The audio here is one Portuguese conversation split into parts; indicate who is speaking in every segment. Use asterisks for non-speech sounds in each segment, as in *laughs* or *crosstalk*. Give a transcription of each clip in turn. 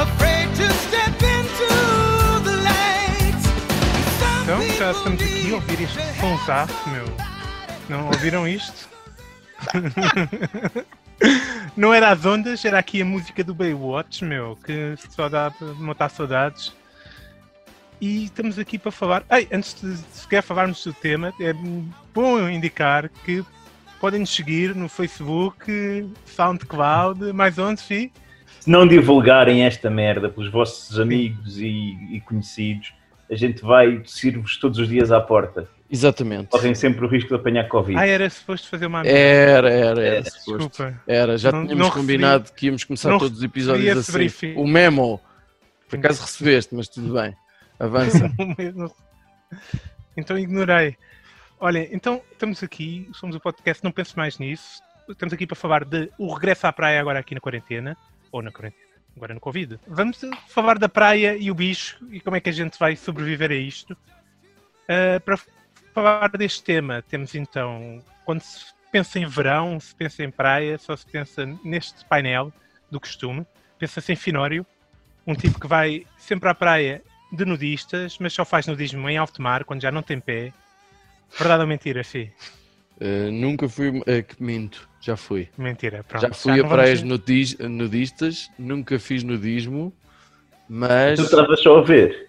Speaker 1: agora Então, estamos aqui a ouvir este sonsaço, meu. Não ouviram isto? *laughs* Não era as ondas, era aqui a música do Baywatch, meu, que só dá para matar saudades. E estamos aqui para falar. Ei, antes de sequer falarmos do tema, é bom indicar que podem nos seguir no Facebook, SoundCloud, mais onde, fi?
Speaker 2: Se não divulgarem esta merda pelos vossos amigos e, e conhecidos, a gente vai tossir-vos todos os dias à porta.
Speaker 3: Exatamente.
Speaker 2: Correm sempre o risco de apanhar Covid.
Speaker 1: Ah, era suposto fazer uma
Speaker 3: Era, era, era.
Speaker 2: É,
Speaker 3: suposto.
Speaker 1: Desculpa.
Speaker 3: Era, já
Speaker 1: Não-
Speaker 3: tínhamos
Speaker 1: não recebi-
Speaker 3: combinado que íamos começar
Speaker 1: não
Speaker 3: todos os
Speaker 1: recebi
Speaker 3: episódios
Speaker 1: esse
Speaker 3: assim.
Speaker 1: briefing.
Speaker 3: O memo. Por acaso recebeste, mas tudo bem.
Speaker 1: *laughs*
Speaker 3: Avança.
Speaker 1: então ignorei. Olha, então estamos aqui, somos o podcast Não Penso Mais Nisso. Estamos aqui para falar de o regresso à praia agora aqui na quarentena. Ou na quarentena, agora no Covid. Vamos eh, falar da praia e o bicho e como é que a gente vai sobreviver a isto. Ah, para f- falar deste tema, temos então, quando se pensa em verão, se pensa em praia, só se pensa neste painel do costume. Pensa-se em Finório, um tipo que vai sempre à praia de nudistas, mas só faz nudismo em alto mar, quando já não tem pé. Verdade ou mentira, fi?
Speaker 3: Eh, nunca fui. eh, que minto, já fui.
Speaker 1: Mentira, pronto.
Speaker 3: já fui
Speaker 1: não
Speaker 3: a
Speaker 1: vamos-
Speaker 3: praias nudis- nudistas, nunca fiz nudismo, mas.
Speaker 2: Tu estavas só a ver.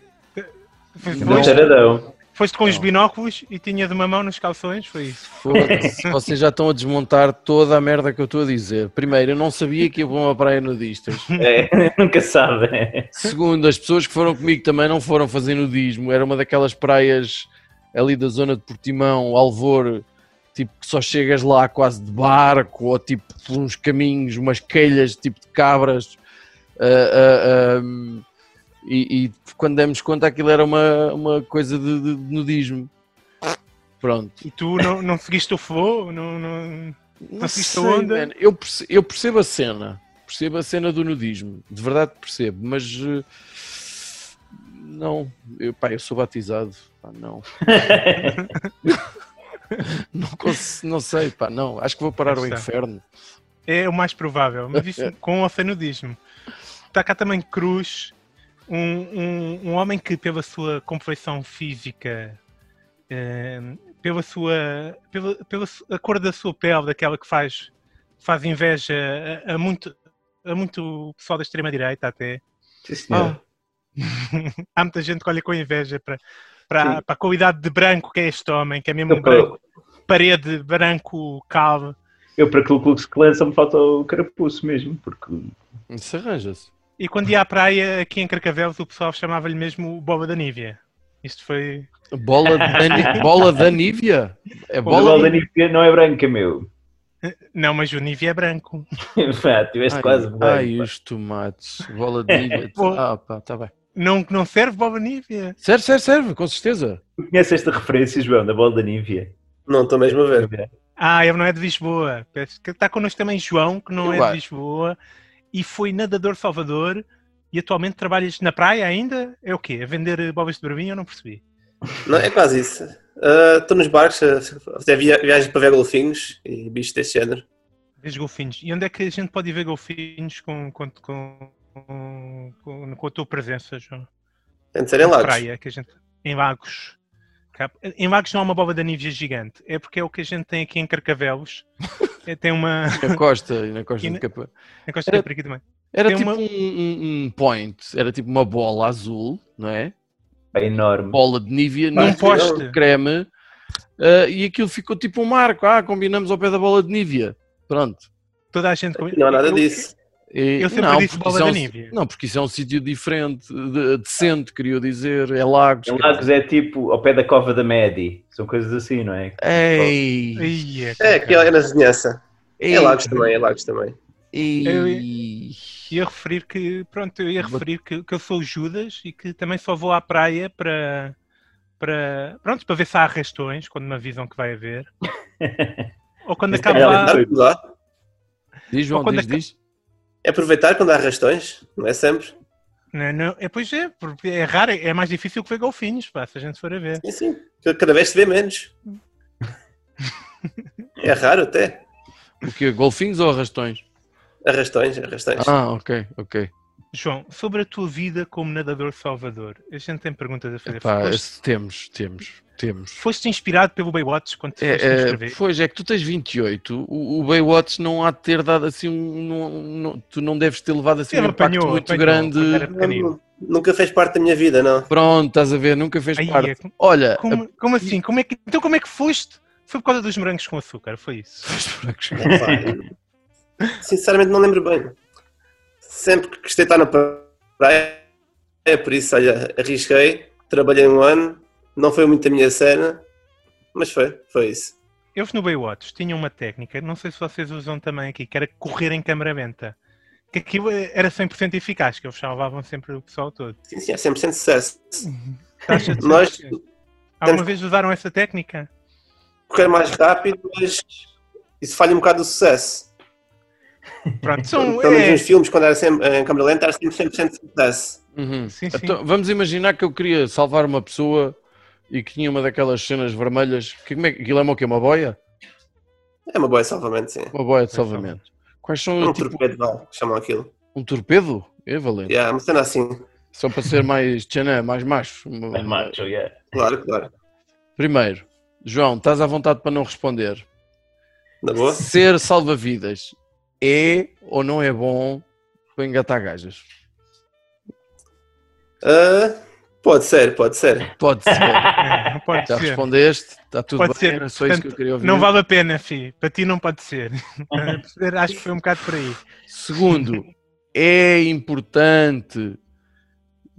Speaker 2: Não
Speaker 1: Foste,
Speaker 2: charadão. *laughs*
Speaker 1: foste com os
Speaker 3: Não.
Speaker 1: binóculos e tinha de uma mão nos calções, foi isso.
Speaker 3: Foda-se, vocês já estão a desmontar toda a merda que eu estou a dizer. Primeiro, eu não sabia que ia para uma praia nudistas.
Speaker 2: É, nunca sabe.
Speaker 3: Segundo, as pessoas que foram comigo também não foram fazer nudismo. Era uma daquelas praias ali da zona de Portimão, Alvor, tipo que só chegas lá quase de barco ou tipo por uns caminhos, umas queilhas tipo de cabras. Ah, ah, ah, e, e quando demos conta, aquilo era uma, uma coisa de, de- de nudismo. Pronto.
Speaker 1: E tu não, não seguiste o flow? Não, não...
Speaker 3: Não
Speaker 1: Conseguiste
Speaker 3: sei,
Speaker 1: a onda?
Speaker 3: man. Eu, perce- eu percebo a cena. Percebo a cena do nudismo. De verdade percebo, mas. eh, Não. Eu, pá, eu sou batizado. Pá,
Speaker 1: *laughs*
Speaker 3: não. não, cons- não sei, pá, não. Acho que vou parar o
Speaker 1: Está.
Speaker 3: inferno.
Speaker 1: É o mais provável, mas isso com o afanudismo. Está cá também Cruz, um, um, um homem que, pela sua compreensão física, eh, pela sua pela, pela su- a cor da sua pele, daquela que faz, faz inveja a, a muito, a muito pessoal da extrema-direita, até.
Speaker 2: Sim, senhor.
Speaker 3: Ah,
Speaker 1: Há muita gente que olha com inveja para, para, para a qualidade de branco que é este homem, que é mesmo
Speaker 2: Eu,
Speaker 1: um branco,
Speaker 2: para,
Speaker 1: parede branco calvo.
Speaker 2: eu para aquilo que se lança me falta o carapuço mesmo, porque
Speaker 3: Isso arranja-se.
Speaker 1: E quando ia à praia, aqui em Carcavelos, o pessoal chamava-lhe mesmo o Boba da Nívia. Isto foi.
Speaker 3: Bola, da Ni- bola da Nívia? É
Speaker 2: o
Speaker 3: bola
Speaker 2: bola da Nívea não é branca, meu. *laughs*
Speaker 1: Não, mas o Nívia é branco.
Speaker 2: Pá, tiveste quase
Speaker 3: Ai,
Speaker 2: bem.
Speaker 3: ai, os tomates. Bola da Nívia.
Speaker 1: Pô.
Speaker 3: Ah, pá, tá bem.
Speaker 1: Não, não serve Boba Nívia.
Speaker 3: Serve, serve, serve, com certeza.
Speaker 2: Tu conheces esta referência, João, da bola da Nívea?
Speaker 4: Não, estou mesmo a ver.
Speaker 1: Ah, ele não é de Lisboa. Peço que- Está connosco também João, que não
Speaker 3: Eu
Speaker 1: é de
Speaker 3: acho.
Speaker 1: Lisboa e foi nadador salvador. E atualmente trabalhas na praia ainda? É o quê? A vender bobas de barbinho? Eu não percebi.
Speaker 4: Não, é quase isso. Ah, Estou nos barcos a fazer via- viagens para ver golfinhos e bichos desse género.
Speaker 1: Vês golfinhos. E onde é que a gente pode ir ver golfinhos com, com, com, com, com a tua presença, João?
Speaker 4: Tem de ser em
Speaker 1: de
Speaker 4: lagos.
Speaker 1: praia que a gente em lagos Cap- em lagos não há uma boba da Nívia gigante é porque é o que a gente tem aqui em Carcavelos É, tem uma
Speaker 3: Na costa, e na costa
Speaker 1: E
Speaker 3: de
Speaker 1: na-
Speaker 3: Capa.
Speaker 1: na Costa
Speaker 3: Era-
Speaker 1: Capri aqui também
Speaker 3: Era
Speaker 1: Tem
Speaker 3: tipo
Speaker 1: uma-
Speaker 3: um, um- um point, era tipo uma bola azul, não é?
Speaker 2: É enorme.
Speaker 3: Bola de Nivea
Speaker 1: Num
Speaker 3: num
Speaker 1: poste.
Speaker 3: poste de creme ah, e aquilo ficou tipo um marco. Ah, combinamos ao pé da bola de Nivea. Pronto.
Speaker 1: toda a gente come-
Speaker 4: Não há nada
Speaker 1: eu-
Speaker 4: disso.
Speaker 3: E-
Speaker 1: Eu sempre disse
Speaker 3: porque
Speaker 1: bola
Speaker 3: isso é
Speaker 1: da
Speaker 3: um-
Speaker 1: Nivea.
Speaker 3: Não, porque isso é um sítio diferente, de- decente, queria dizer. É Lagos.
Speaker 2: Em
Speaker 3: quer
Speaker 2: Lagos é tipo ao pé da cova da Medi. São coisas assim, não é?
Speaker 3: dizer. Ei!
Speaker 1: Ia,
Speaker 4: É,
Speaker 1: cara.
Speaker 4: aqui é na vizinhança.
Speaker 3: ei,
Speaker 4: É lagos também, é lagos também.
Speaker 3: ei.
Speaker 1: ia referir que pronto eu ia referir que, que eu sou o Judas e que também só vou à praia para para pronto para ver se há arrastões quando me avisam que vai haver ou quando
Speaker 2: Mas
Speaker 1: acaba
Speaker 2: calhar
Speaker 1: lá,
Speaker 2: não.
Speaker 4: Aproveitar quando há.
Speaker 3: Diz, João,
Speaker 1: quando
Speaker 3: diz,
Speaker 1: aca-
Speaker 3: diz.
Speaker 4: É aproveitar quando há rastões, não é sempre?
Speaker 1: não, não, é pois é porque é raro é mais difícil que ver golfinhos pá, se a gente for a ver
Speaker 4: Sim, sim. Cada vez se vê menos. É raro até.
Speaker 3: O quê? Golfinhos ou arrastões?
Speaker 4: Arrastões, arrastões.
Speaker 3: Ah, ok, ok.
Speaker 1: João, sobre a tua vida como nadador salvador, a gente tem perguntas a fazer.
Speaker 3: Epá,
Speaker 1: Foste-
Speaker 3: esse- temos, temos, temos.
Speaker 1: Foste inspirado pelo Baywatch quando te foste
Speaker 3: É, é,
Speaker 1: inscrever?
Speaker 3: pois é que tu tens 28, o, o Baywatch não há de ter dado assim um. não- não- tu não deves ter levado assim
Speaker 1: Ele
Speaker 3: um impacto
Speaker 1: apanhou,
Speaker 3: muito
Speaker 1: apanhou, quando
Speaker 3: grande.
Speaker 1: era pequenino.
Speaker 4: Não- Nunca fez parte da minha vida, não.
Speaker 3: Pronto, estás a ver, nunca fez
Speaker 1: Aí é,
Speaker 3: parte.
Speaker 1: como-
Speaker 3: Olha,
Speaker 1: como, como assim? Como é que, então como é que foste? Foi por causa dos morangos com açúcar, foi isso.
Speaker 3: a-
Speaker 4: Não, pá, eu- Sinceramente, não lembro bem. Sempre que gostei de estar na praia, é por isso, olha, arrisquei, trabalhei um ano, não foi muito a minha cena, mas foi, foi isso.
Speaker 1: Eles no Baywatch tinham uma técnica, não sei se vocês usam também aqui, que era correr em câmara lenta. Que aquilo era 100% eficaz, que eles salvavam sempre o pessoal todo.
Speaker 4: Sim, sim, é 100% sucesso.
Speaker 1: Taxa de
Speaker 4: Nós
Speaker 1: sucesso. Alguma vez usaram essa técnica?
Speaker 4: correr mais rápido, mas isso falha um bocado do sucesso.
Speaker 1: Pronto,
Speaker 4: Então,
Speaker 1: são,
Speaker 4: Pelo menos
Speaker 1: é-
Speaker 4: nos filmes, quando era sempre, em câmera lenta, era sempre 100% de sucesso.
Speaker 3: Uhum.
Speaker 1: Sim, sim.
Speaker 3: Então, vamos imaginar que eu queria salvar uma pessoa e que tinha uma daquelas cenas vermelhas. Que, como é que aquilo é uma, o quê? uma boia?
Speaker 4: É uma boa salvamento, sim.
Speaker 3: Uma boia de
Speaker 1: É,
Speaker 3: salvamento. Quais são
Speaker 4: Um
Speaker 3: tipo,
Speaker 4: torpedo, vá, que chamam aquilo.
Speaker 3: um torpedo? É valente.
Speaker 4: Yeah, uma cena assim,
Speaker 3: Só para ser mais tchané, mais macho. Uma-
Speaker 2: É macho, yeah.
Speaker 4: claro, claro.
Speaker 3: Primeiro, João, estás à vontade para não responder.
Speaker 4: Na boa?
Speaker 3: Ser salva-vidas é ou não é bom para engatar gajas?
Speaker 4: Ah, pode ser, pode ser.
Speaker 3: Pode
Speaker 1: *laughs*
Speaker 3: ser.
Speaker 1: é, pode
Speaker 3: Já
Speaker 1: ser.
Speaker 3: respondeste, está tudo
Speaker 1: Pode
Speaker 3: bem,
Speaker 1: ser.
Speaker 3: era só isso que eu queria ouvir.
Speaker 1: Não vale a pena, fi. Para ti não pode
Speaker 3: *laughs*
Speaker 1: ser. Estás a perceber? Acho que foi um bocado por aí.
Speaker 3: Segundo, é importante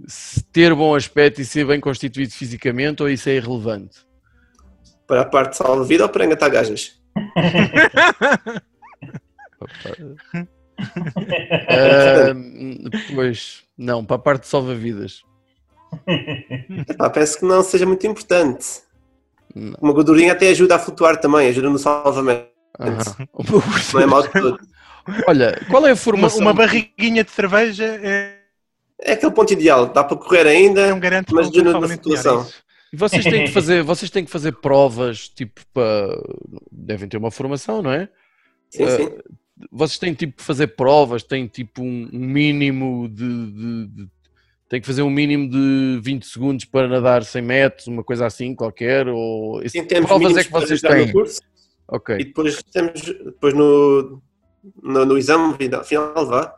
Speaker 3: se ter bom aspecto e ser bem constituído fisicamente ou isso é irrelevante?
Speaker 4: Para a parte de salva-vida ou para engatar gajas?
Speaker 3: Ah, pois, não, para a parte de salva-vidas.
Speaker 4: Epá, penso que não seja muito importante.
Speaker 3: Não.
Speaker 4: Uma gordurinha até ajuda a flutuar também, ajuda no salvamento.
Speaker 3: Aham.
Speaker 4: Não é mal de todo.
Speaker 3: *laughs* Olha, qual é a
Speaker 1: Uma,
Speaker 3: formação?
Speaker 1: uma barriguinha de cerveja é,
Speaker 4: É aquele ponto ideal, dá para correr
Speaker 1: não
Speaker 4: ainda.
Speaker 1: é um garante
Speaker 4: Mas
Speaker 1: que não
Speaker 4: na
Speaker 1: salvamento melhor, é
Speaker 4: situação.
Speaker 1: isso?
Speaker 3: Vocês têm que fazer, vocês têm que fazer provas, tipo, para... devem ter uma formação, não é?
Speaker 4: Sim, sim.
Speaker 3: vocês têm tipo que fazer provas, têm tipo um, um mínimo de, de- de- têm que fazer um mínimo de 20 segundos para nadar 100 metros, uma coisa assim qualquer, ou esse-
Speaker 4: Sim, temos
Speaker 3: provas é
Speaker 4: mínimos
Speaker 3: que
Speaker 4: para
Speaker 3: vocês
Speaker 4: ajudar no
Speaker 3: têm.
Speaker 4: curso. E
Speaker 3: Ok.
Speaker 4: depois temos, depois no, no, no exame vida- final, vá,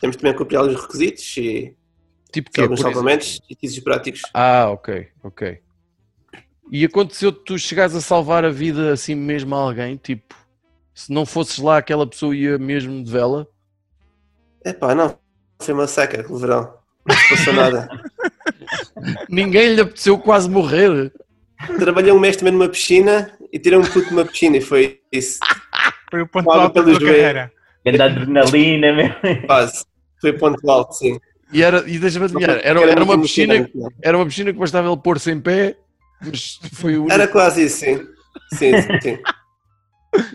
Speaker 4: temos também que cumprir alguns requisitos e
Speaker 3: Tipo que
Speaker 4: alguns salvamentos e exercícios práticos.
Speaker 3: Ah, ok, ok. E aconteceu de tu chegares a salvar a vida assim mesmo a alguém, tipo, se não fosses lá aquela pessoa ia mesmo de vela?
Speaker 4: Epá, não, foi uma seca aquele verão. Não se passou nada.
Speaker 3: Ninguém lhe apeteceu quase morrer.
Speaker 4: Trabalhei um mês também numa piscina e tirei um puto de uma piscina e foi isso.
Speaker 1: Foi o ponto
Speaker 4: Fala
Speaker 1: alto da
Speaker 4: pelo
Speaker 1: tua
Speaker 4: joelho.
Speaker 1: carreira.
Speaker 2: Grande adrenalina, meu.
Speaker 4: Quase. Foi ponto alto, sim.
Speaker 3: E, era, e deixa-me adivinhar, era, era uma piscina Era uma piscina que bastava ele pôr-se em pé, mas foi o único.
Speaker 4: Era quase isso, sim. Sim, sim, sim.
Speaker 3: *laughs*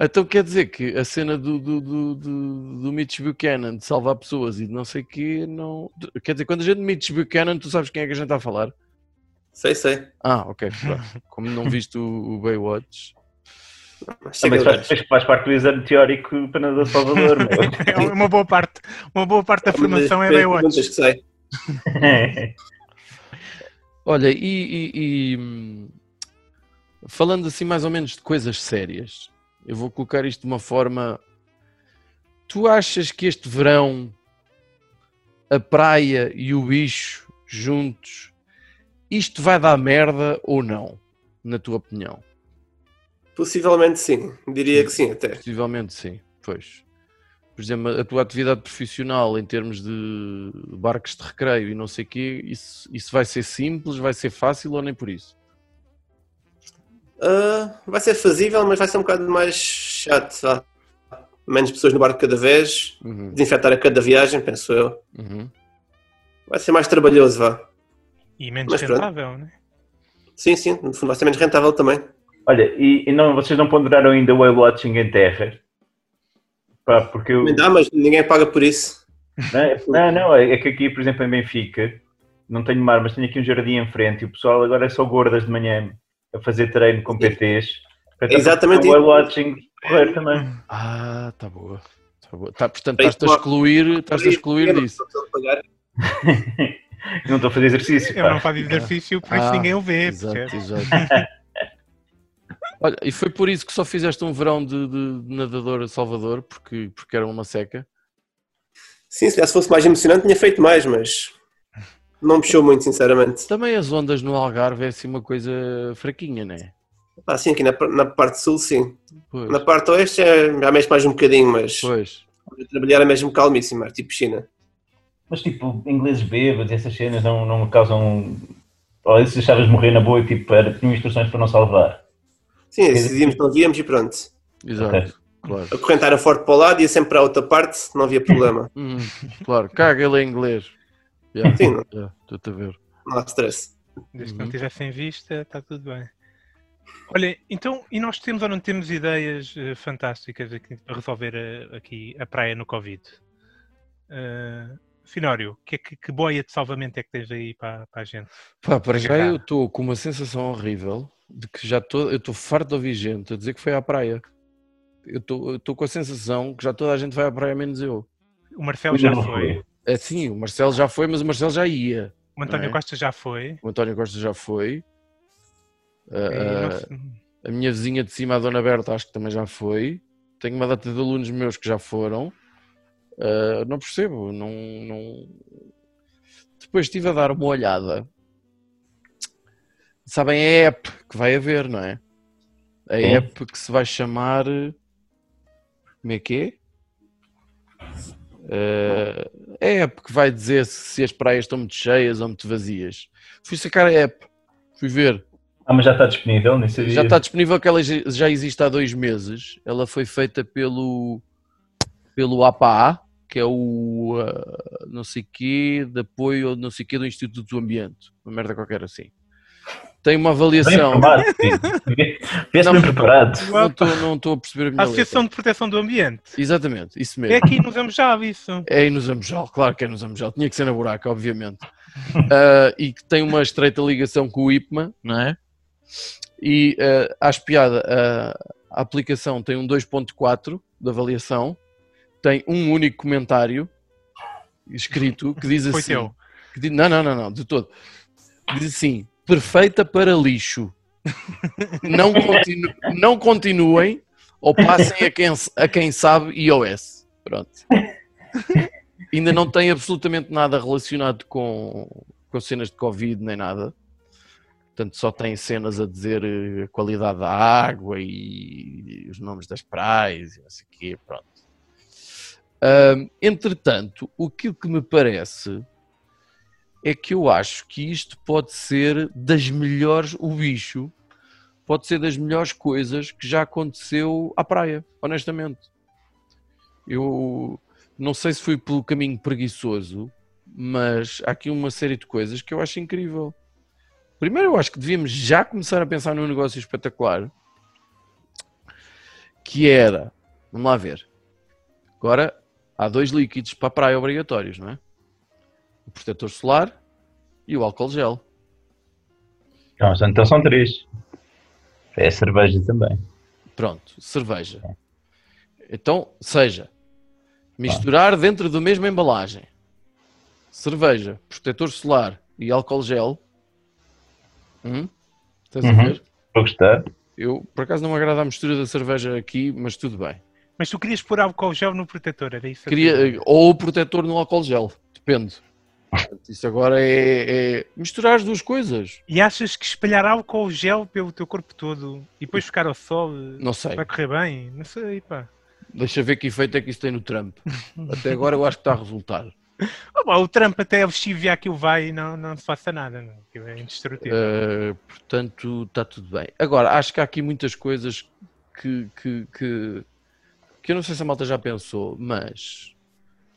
Speaker 3: Então quer dizer que a cena do, do, do, do, do Mitch Buchanan de salvar pessoas e de não sei o quê, não. Quer dizer, quando a gente Mitch Buchanan, tu sabes quem é que a gente está a falar?
Speaker 4: Sei, sei.
Speaker 3: Ah, ok. pronto. Como não viste o, o Baywatch.
Speaker 4: Mas
Speaker 2: Também
Speaker 4: chega
Speaker 2: faz,
Speaker 4: de
Speaker 2: faz- faz parte do exame teórico para nadar de Salvador,
Speaker 1: É *laughs* uma boa parte. Uma boa parte da formação é Baywatch.
Speaker 4: perguntas que sei.
Speaker 2: meu.
Speaker 3: Olha, e, e- e, hum, falando assim mais ou menos de coisas sérias, eu vou colocar isto de uma forma. Tu achas que este verão a praia e o bicho juntos, isto vai dar merda ou não? Na tua opinião?
Speaker 4: Possivelmente sim. Diria que sim, até.
Speaker 3: Possivelmente sim, pois. Por exemplo, a tua atividade profissional em termos de barcos de recreio e não sei o quê, isso, isso vai ser simples, vai ser fácil ou nem por isso?
Speaker 4: Ah, vai ser fazível, mas vai ser um bocado mais chato. vá. Menos pessoas no barco cada vez,
Speaker 3: Uhum,
Speaker 4: desinfetar a cada viagem, penso eu.
Speaker 3: uhum.
Speaker 4: Vai ser mais trabalhoso, vá.
Speaker 1: E menos
Speaker 4: Mas pronto.
Speaker 1: rentável, né?
Speaker 4: Sim, sim, no fundo vai ser menos rentável também.
Speaker 2: *laughs* Olha, e, e não, vocês não ponderaram ainda o whale watching em terra? Pá, porque eu.
Speaker 4: Também dá, mas ninguém paga por isso.
Speaker 2: Não, é- Não, não, é que aqui, por exemplo, em Benfica, não tenho mar, mas tenho aqui um jardim em frente e o pessoal agora é só gordas de manhã a fazer treino com PTs. Portanto,
Speaker 4: É exatamente
Speaker 2: O whale
Speaker 4: isso.
Speaker 2: watching correr também.
Speaker 3: Ah, tá boa. Tá bom. Tá, portanto, estás-te a excluir, estás a excluir disso.
Speaker 2: Eu não estou a fazer exercício.
Speaker 1: Eu não
Speaker 2: Pá.
Speaker 1: faço exercício, por isso
Speaker 3: Ah,
Speaker 1: ninguém o vê.
Speaker 3: Exato,
Speaker 1: percebe?
Speaker 3: exato. Olha, e foi por isso que só fizeste um verão de, de- de nadador a Salvador, porque, porque era uma seca.
Speaker 4: Sim, se calhar se fosse mais emocionante tinha feito mais, mas não puxou muito, sinceramente.
Speaker 3: Também as ondas no Algarve é assim uma coisa fraquinha, não é?
Speaker 4: Ah, sim, aqui na, na parte sul, sim.
Speaker 3: Pois,
Speaker 4: Na parte oeste é- já mexe mais um bocadinho, mas
Speaker 3: pois.
Speaker 4: para trabalhar é mesmo calmíssimo, é tipo China.
Speaker 2: Mas tipo, ingleses bêbados, essas cenas não, não causam. Olha, se deixavas de morrer na boa, tipo, era, tinham instruções para não salvar.
Speaker 4: Sim, decidimos, não víamos e pronto.
Speaker 3: Exato, claro.
Speaker 4: A corrente era forte para o lado e ia sempre para a outra parte, não havia
Speaker 3: *laughs*
Speaker 4: problema.
Speaker 3: Hum, claro, caga ele em inglês. Yeah,
Speaker 4: Sim, não-
Speaker 3: yeah, Estou-te a ver.
Speaker 4: não há stress.
Speaker 1: Desde que não
Speaker 3: Uhum.
Speaker 1: tivessem vista, está tudo bem. Olha, então, e nós temos ou não temos ideias eh, fantásticas aqui para resolver eh, aqui a praia no Covid? Eh, Finório, que, é que, que boia de salvamento é que tens aí para, para a gente?
Speaker 3: Pá, para já
Speaker 1: Chegar.
Speaker 3: eu estou com uma sensação horrível de que já estou, eu estou farto de ouvir gente a dizer que foi à praia. Eu estou eu estou com a sensação que já toda a gente vai à praia, menos eu.
Speaker 1: O Marcelo já
Speaker 2: Eu não
Speaker 1: foi,
Speaker 2: fui.
Speaker 3: É sim, o Marcelo já foi, mas o Marcelo já ia.
Speaker 1: o António
Speaker 3: É.
Speaker 1: Costa já foi.
Speaker 3: O António Costa já foi.
Speaker 1: e não
Speaker 3: Ah, ah,
Speaker 1: se-
Speaker 3: a minha vizinha de cima, a Dona Berta, acho que também já foi. Tenho uma data de alunos meus que já foram. Ah, não percebo, não, não- Depois estive a dar uma olhada. Sabem é a app que vai haver, não é? A
Speaker 2: Sim.
Speaker 3: app que se vai chamar... Como é que é? Ah, a app que vai dizer se se as praias estão muito cheias ou muito vazias. Fui sacar a app, fui ver.
Speaker 2: Ah, mas já está disponível, nem sabia.
Speaker 3: Já está disponível que ela já- já existe há dois meses. Ela foi feita pelo pelo APA, que é o ah, não sei quê, de apoio ou não sei quê do Instituto do Ambiente, uma merda qualquer assim. Tem uma
Speaker 2: Bem
Speaker 3: avaliação.
Speaker 2: informado,
Speaker 3: *laughs*
Speaker 2: filho. Vieste bem preparado.
Speaker 3: Não estou não estou a perceber a
Speaker 1: A
Speaker 3: minha letra.
Speaker 1: Associação de Proteção do Ambiente.
Speaker 3: Exatamente,
Speaker 1: É
Speaker 3: isso mesmo.
Speaker 1: aqui nos Amojave, isso.
Speaker 3: É aí nos Amojal, claro que é nos Amojal, tinha que ser na buraca, obviamente. *laughs* Ah, e que tem uma estreita ligação com o IPMA, não é? E ah, acho piada, ah, a aplicação tem um 2.4 de avaliação, tem um único comentário escrito que diz assim...
Speaker 1: Foi teu.
Speaker 3: que diz- não, não, não, não, de todo. Que Diz assim, perfeita para lixo. *laughs* Não, continu- não continuem ou passem a quem, a quem sabe iOS. Pronto ainda não tem absolutamente nada relacionado com, com cenas de Covid nem nada. Portanto, só tem cenas a dizer eh, a qualidade da água e os nomes das praias e não sei o quê, pronto. Ahm, entretanto, o que, que me parece é que eu acho que isto pode ser das melhores, o bicho pode ser das melhores coisas que já aconteceu à praia, honestamente. Eu, não sei se foi pelo caminho preguiçoso, mas há aqui uma série de coisas que eu acho incrível. Primeiro, eu acho que devíamos já começar a pensar num negócio espetacular que era, vamos lá ver. Agora há dois líquidos para a praia obrigatórios, não é? O protetor solar e o álcool gel.
Speaker 2: Não, então são três. É a cerveja também.
Speaker 3: Pronto, cerveja. Então, seja, misturar dentro da mesma embalagem cerveja, protetor solar e álcool gel. Hum? Estás a
Speaker 2: Uhum.
Speaker 3: ver?
Speaker 2: Estou a gostar.
Speaker 3: Eu, por acaso, não me agrada a mistura da cerveja aqui, mas tudo bem.
Speaker 1: Mas tu querias pôr álcool gel no protetor, era isso?
Speaker 3: Queria, eh, ou o protetor no álcool gel, depende. Portanto, Isso agora é, é misturar as duas coisas.
Speaker 1: E achas que espalhar álcool gel pelo teu corpo todo e depois ficar ao sol eh,
Speaker 3: Não sei.
Speaker 1: vai correr bem? Não sei, pá.
Speaker 3: Deixa ver que efeito é que isso tem no Trump. Até agora eu acho que está a resultar.
Speaker 1: Ah, pá, o Trump até o chivia que o vai e não, não se faça nada, não. Aquilo é indestrutível.
Speaker 3: Uh, portanto, está tudo bem. Agora, acho que há aqui muitas coisas que, que, que, que eu não sei se a malta já pensou, mas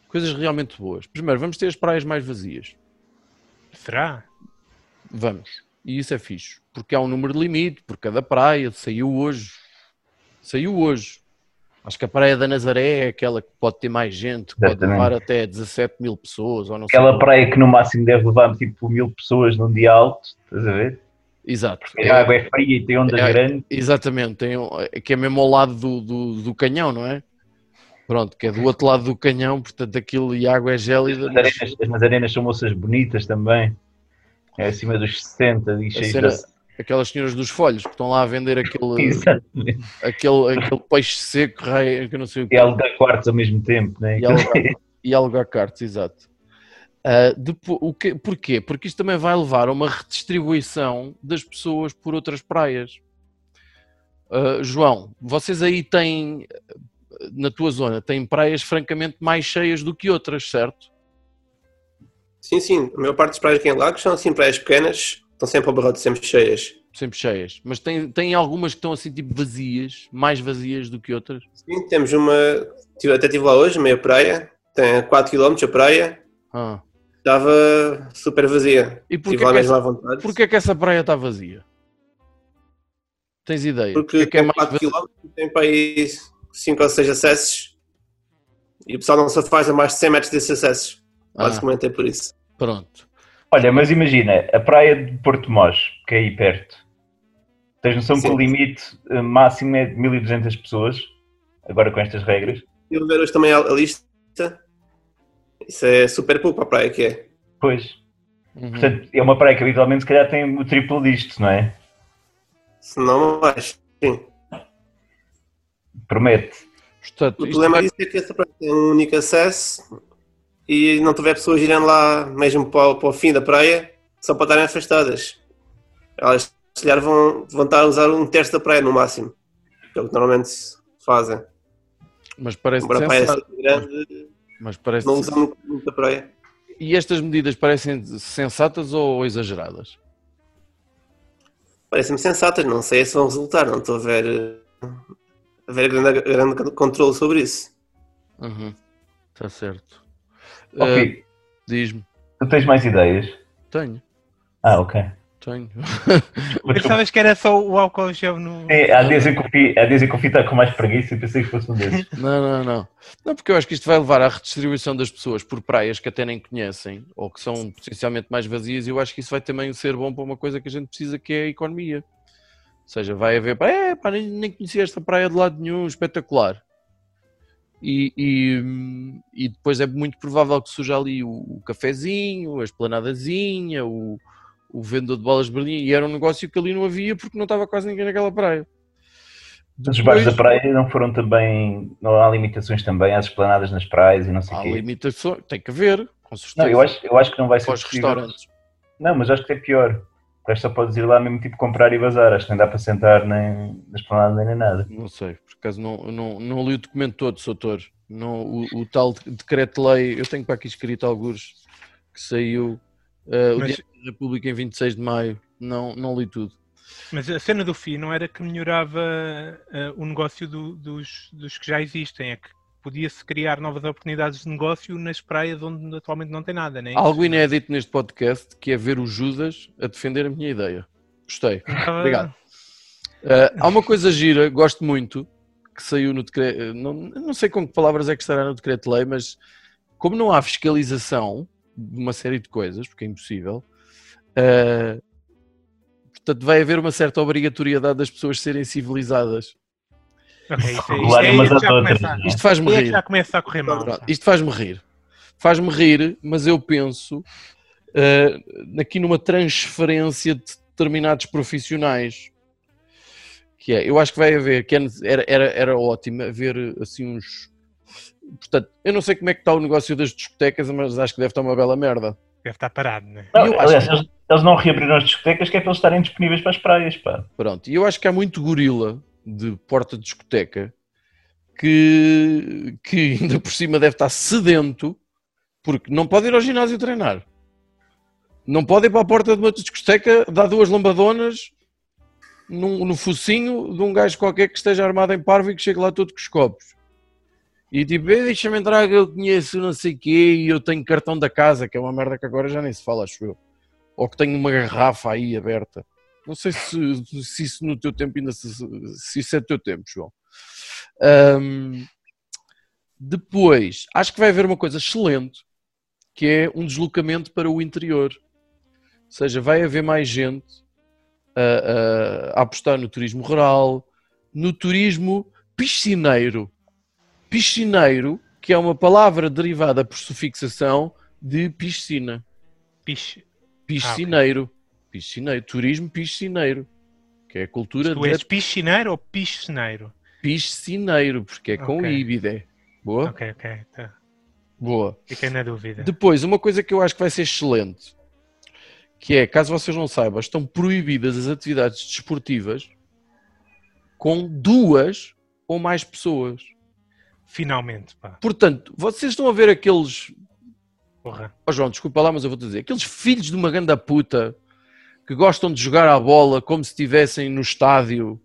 Speaker 3: coisas realmente boas. Primeiro, vamos ter as praias mais vazias. Eh,
Speaker 1: Será?
Speaker 3: Vamos. E isso é fixe. Porque há um número de limite por cada praia. Saiu hoje. Saiu hoje. Acho que a Praia da Nazaré é aquela que pode ter mais gente, que pode
Speaker 2: Exatamente.
Speaker 3: levar até 17 mil pessoas ou não sei
Speaker 2: Aquela
Speaker 3: lá.
Speaker 2: praia que no máximo deve levar tipo mil pessoas num dia alto, estás a ver?
Speaker 3: Exato.
Speaker 2: A água é fria e tem ondas
Speaker 3: É.
Speaker 2: grandes.
Speaker 3: Exatamente, tem, um- que é mesmo ao lado do, do, do canhão, não é? Pronto, que é do outro lado do canhão, portanto aquilo e a água é gélida.
Speaker 2: As
Speaker 3: mas
Speaker 2: arenas, as Nazarenas são moças bonitas também. É acima dos 60 e cheias
Speaker 3: cena-
Speaker 2: de-
Speaker 3: Aquelas senhoras dos folhos que estão lá a vender aquele,
Speaker 2: Exatamente.
Speaker 3: aquele, aquele peixe seco, raio, que eu não sei o que.
Speaker 2: E ela dá quartos ao mesmo tempo, né?
Speaker 3: E alugar- e alugar cartas, exato. Ah, depo- o que, porquê? Porque isto também vai levar a uma redistribuição das pessoas por outras praias. Ah, João, vocês aí têm, na tua zona, têm praias francamente mais cheias do que outras, certo?
Speaker 4: Sim, sim. A maior parte das praias aqui em Lagos são assim praias pequenas, estão sempre ao barrote, sempre cheias.
Speaker 3: Sempre cheias. Mas tem, tem algumas que estão assim tipo vazias, mais vazias do que outras?
Speaker 4: Sim, temos uma. tive- Até estive lá hoje, meia praia, tem 4km a praia,
Speaker 3: Ah.
Speaker 4: estava super vazia.
Speaker 3: E porquê
Speaker 4: Estive lá
Speaker 3: que,
Speaker 4: mesmo
Speaker 3: essa,
Speaker 4: à vontade.
Speaker 3: porquê que essa praia está vazia? Tens ideia?
Speaker 4: Porque
Speaker 3: que é
Speaker 4: tem
Speaker 3: mais
Speaker 4: 4
Speaker 3: vazia?
Speaker 4: km, tem para aí 5 ou 6 acessos e o pessoal não se faz a mais de 100 metros desses acessos.
Speaker 3: Ah.
Speaker 4: Basicamente é por isso.
Speaker 3: Pronto.
Speaker 2: Olha, mas imagina, a praia de Porto Mós, que é aí perto. Tens noção que
Speaker 4: Sim.
Speaker 2: o limite eh, máximo é de 1200 pessoas, agora com estas regras?
Speaker 4: Eu vou ver hoje também é a, a lista. Isso é super pouco para a praia que é.
Speaker 2: Pois.
Speaker 3: Uhum.
Speaker 2: Portanto, é uma praia que habitualmente se calhar tem o triplo disto, não é?
Speaker 4: Se não é. mais. Sim.
Speaker 2: Promete.
Speaker 3: Portanto,
Speaker 4: O
Speaker 3: isto
Speaker 4: problema
Speaker 3: vai-
Speaker 4: disso é que essa praia tem um único acesso e não tiver pessoas girando lá mesmo para, o- para o fim da praia só para estarem afastadas. Elas se calhar vão, vão estar a usar um terço da praia no máximo. Que é o que normalmente fazem.
Speaker 3: Mas parece
Speaker 4: Embora a praia
Speaker 3: sensato.
Speaker 4: seja grande,
Speaker 3: Mas parece
Speaker 4: não usam muito, muito a praia.
Speaker 3: E estas medidas parecem sensatas ou exageradas?
Speaker 4: Parecem-me sensatas, não sei se vão resultar, não estou a ver, eh, a ver grande, grande controle sobre isso.
Speaker 3: Está Tá certo.
Speaker 2: Ó,
Speaker 3: Ah,
Speaker 2: Filipe,
Speaker 3: Diz-me.
Speaker 2: tu tens mais ideias?
Speaker 3: Tenho,
Speaker 2: Ah, ok.
Speaker 3: tenho.
Speaker 1: Pensavas que era só o álcool gel no.
Speaker 2: Sim, há dias em que o Fi- há dias em que o Fi está com mais preguiça e pensei que fosse um desses.
Speaker 3: não, não, não. Não, porque eu acho que isto vai levar à redistribuição das pessoas por praias que até nem conhecem ou que são potencialmente mais vazias. E eu acho que isso vai também ser bom para uma coisa que a gente precisa, que é a economia. Ou seja, vai haver. É, pá, nem, nem conhecia esta praia de lado nenhum, espetacular. E, e, e depois é muito provável que surja ali o, o cafezinho, a esplanadazinha, o, o vendedor de bolas de Berlim. E era um negócio que ali não havia porque não estava quase ninguém naquela praia.
Speaker 2: Os bares da
Speaker 3: Depois-
Speaker 2: praia não foram também. Não há limitações também às esplanadas nas praias e não sei o
Speaker 3: Há
Speaker 2: quê.
Speaker 3: limitações, tem que haver, com certeza.
Speaker 2: Não, eu acho, eu acho que não vai ser
Speaker 3: Para os
Speaker 2: possível.
Speaker 3: restaurantes.
Speaker 2: Não, mas acho que é pior. Porque acho que só podes ir lá mesmo tipo comprar e vazar. Acho que não dá para sentar nem na esplanada nem nada.
Speaker 3: Não sei, por acaso não, não, não li o documento todo, Sr. Doutor. Não, o, o tal de- decreto-lei, eu tenho para aqui escrito alguns que saiu eh, o
Speaker 1: Mas-
Speaker 3: Diário da República em 26 de maio. Não, não li tudo.
Speaker 1: Mas a cena do FI não era que melhorava ah, o negócio do- dos, dos que já existem, é que podia-se criar novas oportunidades de negócio nas praias onde atualmente não tem nada, né?
Speaker 3: Algo inédito neste podcast que é ver o Judas a defender a minha ideia. Gostei.
Speaker 1: Então,
Speaker 3: Obrigado. Eh, há uma coisa gira, gosto muito, que saiu no decreto. Não, não sei com que palavras é que estará no decreto-lei, mas como não há fiscalização de uma série de coisas, porque é impossível, eh, portanto, vai haver uma certa obrigatoriedade das pessoas serem civilizadas.
Speaker 1: ok, isto, é- isto é-
Speaker 2: Regularem umas
Speaker 1: isto
Speaker 2: às
Speaker 1: já
Speaker 2: outras.
Speaker 1: começa a-
Speaker 2: não é?
Speaker 3: Isto faz-me
Speaker 1: aí é que
Speaker 3: rir.
Speaker 1: já começa a correr mal.
Speaker 3: Pronto, isto faz-me rir. Faz-me rir, mas eu penso eh, aqui numa transferência de determinados profissionais. Que é, eu acho que vai haver, que é nece- era, era, era ótimo haver eh, assim uns. Portanto, eu não sei como é que está o negócio das discotecas, mas acho que deve estar uma bela merda.
Speaker 1: Deve estar parado, né?
Speaker 2: Não,
Speaker 3: eu acho
Speaker 2: aliás, eles, eles não reabriram as discotecas que é para eles estarem disponíveis para as praias, pá.
Speaker 3: Pronto, e eu acho que há muito gorila de porta de discoteca que, que *laughs* ainda por cima deve estar sedento porque não pode ir ao ginásio treinar. Não pode ir para a porta de uma discoteca dar duas lambadonas num- no focinho de um gajo qualquer que esteja armado em parvo e que chegue lá todo com os copos. E tipo, "Ei, deixa-me entrar que eu conheço não sei quê e eu tenho cartão da casa, que é uma merda que agora já nem se fala, acho eu. Ou que tenho uma garrafa aí aberta. Não sei se, se isso no teu tempo ainda se, se isso é teu tempo, João. Ahm, depois, acho que vai haver uma coisa excelente que é um deslocamento para o interior. Ou seja, vai haver mais gente a, a- a apostar no turismo rural, no turismo piscineiro. piscineiro, que é uma palavra derivada por sufixação de piscina.
Speaker 1: Pixe.
Speaker 3: Piscineiro. Piscineiro. Turismo piscineiro. Que é a cultura
Speaker 1: Tu
Speaker 3: de
Speaker 1: és piscineiro ou piscineiro?
Speaker 3: piscineiro, porque é com
Speaker 1: Ok.
Speaker 3: ibide. Boa?
Speaker 1: Ok, É. ok. Tá.
Speaker 3: Boa.
Speaker 1: Fiquei na dúvida.
Speaker 3: Depois, uma coisa que eu acho que vai ser excelente, que é, caso vocês não saibam, estão proibidas as atividades desportivas com duas ou mais pessoas.
Speaker 1: Finalmente, pá.
Speaker 3: Portanto, vocês estão a ver aqueles
Speaker 1: Porra.
Speaker 3: Ó João, desculpa lá, mas eu vou-te dizer. Aqueles filhos de uma ganda puta que gostam de jogar à bola como se estivessem no estádio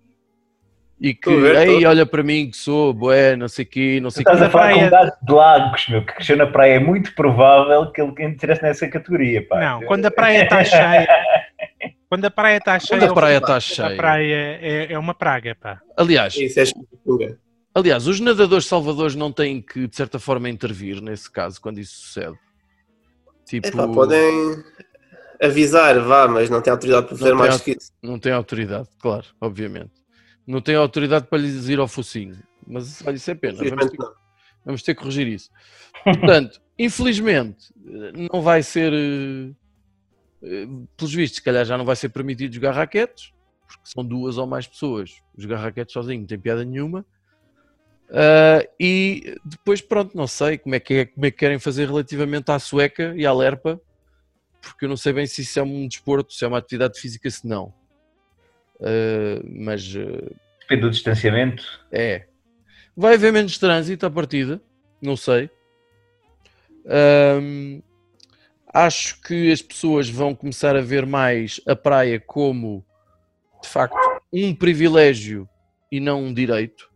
Speaker 3: e que,
Speaker 4: Estou a ver,
Speaker 3: ei,
Speaker 4: estou.
Speaker 3: olha para mim que sou, boé, não sei o quê, não sei o
Speaker 2: Estás
Speaker 3: quê.
Speaker 2: a falar com
Speaker 1: praia-
Speaker 2: um gajo de Lagos, meu, que cresceu na praia. É muito provável que ele entrasse nessa categoria, pá.
Speaker 1: Não, quando a praia está cheia. Quando a praia está cheia.
Speaker 3: Quando a praia
Speaker 1: é
Speaker 3: está
Speaker 1: uma-
Speaker 3: cheia.
Speaker 1: A praia é, é uma praga, pá.
Speaker 3: Aliás,
Speaker 4: Isso é chupunga.
Speaker 3: aliás, os nadadores salvadores não têm que, de certa forma, intervir nesse caso, quando isso sucede. Tipo,
Speaker 4: Epá, podem avisar, vá, mas não tem autoridade para fazer
Speaker 3: Não tem
Speaker 4: mais
Speaker 3: auto-
Speaker 4: que isso.
Speaker 3: não têm autoridade, claro, obviamente. Não têm autoridade para lhes ir ao focinho. Mas, olha, isso é pena. Vamos ter
Speaker 4: Infelizmente
Speaker 3: que
Speaker 4: não.
Speaker 3: Vamos ter que corrigir isso. Portanto, *laughs* infelizmente, eh, não vai ser. eh, eh, Pelos vistos, se calhar já não vai ser permitido jogar raquetes, porque são duas ou mais pessoas. Jogar raquetes sozinho não tem piada nenhuma. Ah, e depois, pronto, não sei como é, que é, como é que querem fazer relativamente à sueca e à lerpa, porque eu não sei bem se isso é um desporto, se é uma atividade física, se não. Ah, mas eh,
Speaker 2: Depende do distanciamento.
Speaker 3: é. Vai haver menos trânsito à partida, não sei. Ahm, acho que as pessoas vão começar a ver mais a praia como, de facto, um privilégio e não um direito.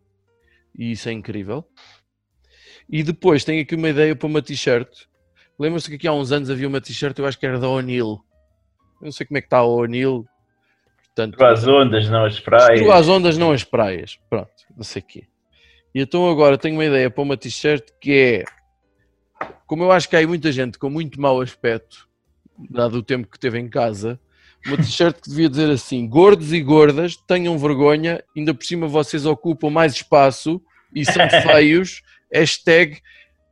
Speaker 3: E isso é incrível. E depois tenho aqui uma ideia para uma t-shirt. Lembram-se que aqui há uns anos havia uma t-shirt, eu acho que era da O'Neill. Eu não sei como é que está a O'Neill. Portanto,
Speaker 2: Destrua as ondas, não as
Speaker 3: Destrua
Speaker 2: praias.
Speaker 3: as ondas, não as praias. Pronto, não sei o quê. E então agora tenho uma ideia para uma t-shirt que é. Como eu acho que há aí muita gente com muito mau aspecto, dado o tempo que teve em casa, uma t-shirt que devia dizer assim: gordos e gordas, tenham vergonha, ainda por cima vocês ocupam mais espaço e são feios. Hashtag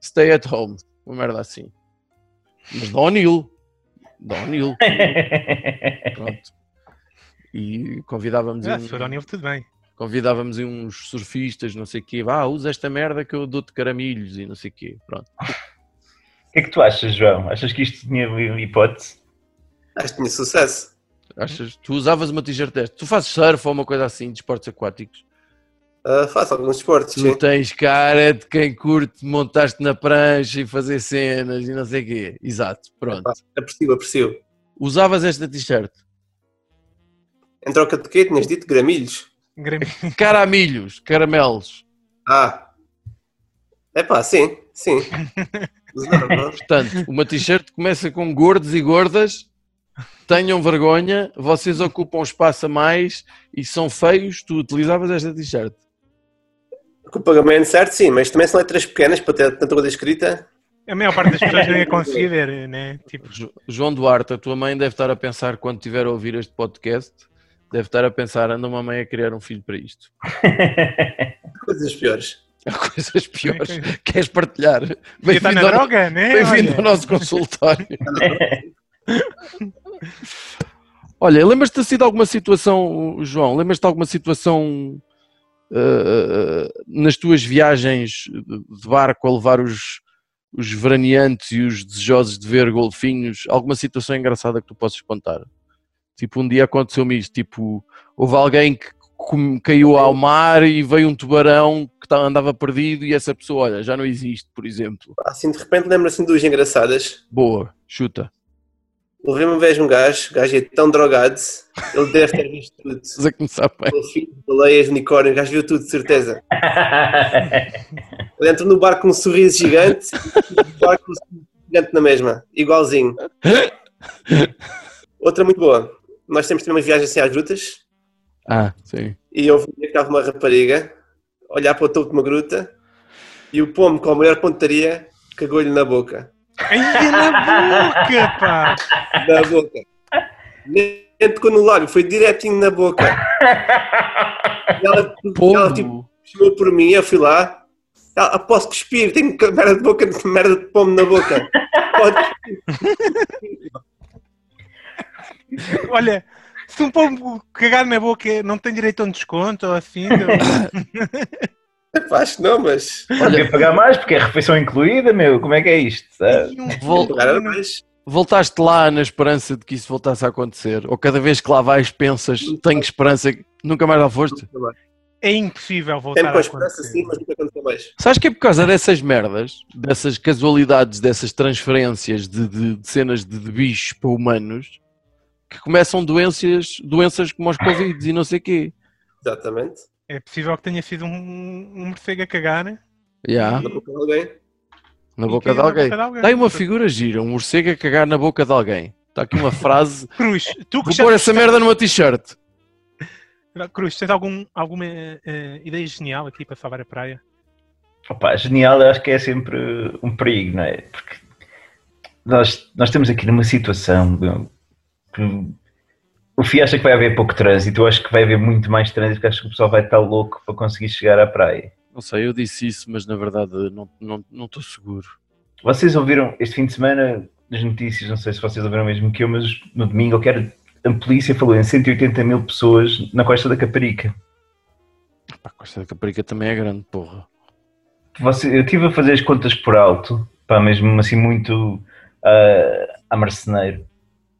Speaker 3: stay at home. Uma merda assim. Mas dá O'Neill. Dá O'Neill. Pronto. E convidávamos
Speaker 1: Ah,
Speaker 3: um-
Speaker 1: se for ao nível, tudo bem.
Speaker 3: convidávamos aí uns surfistas, não sei o quê, vá, usa esta merda que eu dou-te caramilhos e não sei o quê, pronto.
Speaker 2: *laughs* O que é que tu achas, João? Achas que isto tinha hipótese?
Speaker 4: Acho que tinha sucesso.
Speaker 3: Achas, tu usavas uma t-shirt desta, tu fazes surf ou uma coisa assim, de esportes aquáticos,
Speaker 4: Ah, faço alguns esportes,
Speaker 3: tu
Speaker 4: sim.
Speaker 3: tens cara de quem curte montar-te na prancha e fazer cenas e não sei o quê, exato, pronto.
Speaker 4: Aprecio, aprecio.
Speaker 3: Usavas esta t-shirt,
Speaker 4: Em troca de quê? Tinhas dito gramilhos?
Speaker 1: Grêmio.
Speaker 3: caramilhos, caramelos,
Speaker 4: Ah. Epá, sim, *laughs* sim. Usava.
Speaker 3: portanto, uma t-shirt que começa com gordos e gordas, tenham vergonha, vocês ocupam espaço a mais e são feios, tu utilizavas esta t-shirt.
Speaker 4: Com o pagamento certo, sim, mas também são letras pequenas para ter tanta coisa escrita.
Speaker 1: A maior parte das pessoas não ia conseguir ver, né? Tipo,
Speaker 3: Jo- João Duarte, a tua mãe deve estar a pensar, quando tiver a ouvir este podcast, deve estar a pensar, anda uma mãe a criar um filho para isto. *laughs*
Speaker 4: Coisas piores.
Speaker 3: Há coisas piores. Queres partilhar?
Speaker 1: ia estar na
Speaker 3: ao-
Speaker 1: droga, né?
Speaker 3: bem-vindo ao
Speaker 1: Olha.
Speaker 3: nosso consultório. *laughs* Olha, lembras-te assim de ter sido alguma situação, João, lembras-te de alguma situação ah, nas tuas viagens de barco a levar os, os veraneantes e os desejosos de ver golfinhos, alguma situação engraçada que tu possas contar? Tipo, um dia aconteceu-me isto, tipo, houve alguém que com- caiu ao mar e veio um tubarão que ta- andava perdido e essa pessoa, olha, já não existe, por exemplo.
Speaker 4: Assim, de repente lembro assim de duas engraçadas.
Speaker 3: Boa, chuta.
Speaker 4: Levei uma vez um gajo, o gajo é tão drogado, ele deve ter visto tudo.
Speaker 3: Estás a começar bem.
Speaker 4: Golfinhos, baleias, unicórnios, o gajo viu tudo, de certeza. Ele entra no barco com um sorriso gigante, e o barco com um sorriso gigante na mesma, igualzinho. Outra muito boa. Nós temos também uma viagem assim às grutas,
Speaker 3: Ah, sim.
Speaker 4: e houve um dia que estava uma rapariga a olhar para o topo de uma gruta e o pomo com a melhor pontaria cagou-lhe na boca.
Speaker 1: Ai, na boca, pá!
Speaker 4: Na boca. Nem tocou no lábio, foi direitinho na boca. E ela, tipo, ela tipo,
Speaker 3: Pombo.
Speaker 4: chamou por mim, eu fui lá. Ah, ah, posso cuspir, tenho merda de boca, merda de pomo na boca. Pode *laughs*
Speaker 1: Olha, se um pombo cagar na boca não tem direito a um desconto ou assim.
Speaker 3: *laughs*
Speaker 1: eu-
Speaker 4: cuspir. Acho que não, mas.
Speaker 2: Devia pagar mais porque é refeição incluída, meu. Como é que é isto? sabe?
Speaker 1: E um
Speaker 3: Vou-
Speaker 1: pequenino-
Speaker 4: Cara, mas
Speaker 3: Voltaste lá na esperança de que isso voltasse a acontecer? Ou cada vez que lá vais pensas, tenho esperança, que nunca mais lá foste?
Speaker 4: tipo,
Speaker 1: É impossível voltar
Speaker 4: Sempre com
Speaker 1: a
Speaker 4: a esperança
Speaker 1: acontecer.
Speaker 4: sim, mas nunca aconteceu mais.
Speaker 3: Sabes que é por causa dessas merdas, dessas casualidades, dessas transferências de, de- de cenas de, de bichos para humanos, que começam doenças, doenças como os Covid e não sei quê.
Speaker 4: Exatamente.
Speaker 1: É possível que tenha sido um, um morcego a cagar né?
Speaker 3: Já,
Speaker 4: Na boca de alguém.
Speaker 3: na
Speaker 1: E é
Speaker 3: boca
Speaker 1: caiu
Speaker 3: de alguém.
Speaker 1: boca de alguém.
Speaker 3: Tem uma figura gira, um morcego a cagar na boca de alguém. Está aqui
Speaker 1: *laughs*
Speaker 3: uma frase.
Speaker 1: Cruz, tu que
Speaker 3: Vou pôr essa merda numa t-shirt.
Speaker 1: Cruz, tens algum, alguma eh, eh, ideia genial aqui para salvar a praia?
Speaker 2: Opa, genial, eu acho que é sempre um perigo, não é? Porque nós, nós estamos aqui numa situação meu, que o FI acha que vai haver pouco trânsito, eu acho que vai haver muito mais trânsito, porque acho que o pessoal vai estar louco para conseguir chegar à praia.
Speaker 3: Não sei, eu disse isso, mas na verdade não estou não, não estou seguro.
Speaker 2: Vocês ouviram este fim de semana nas notícias, não sei se vocês ouviram mesmo que eu, mas no domingo eu quero. A polícia falou em 180 mil pessoas na costa da Caparica.
Speaker 3: Pá, a Costa da Caparica também é grande, porra.
Speaker 2: Você- eu estive a fazer as contas por alto, pá, mesmo assim muito ah, a marceneiro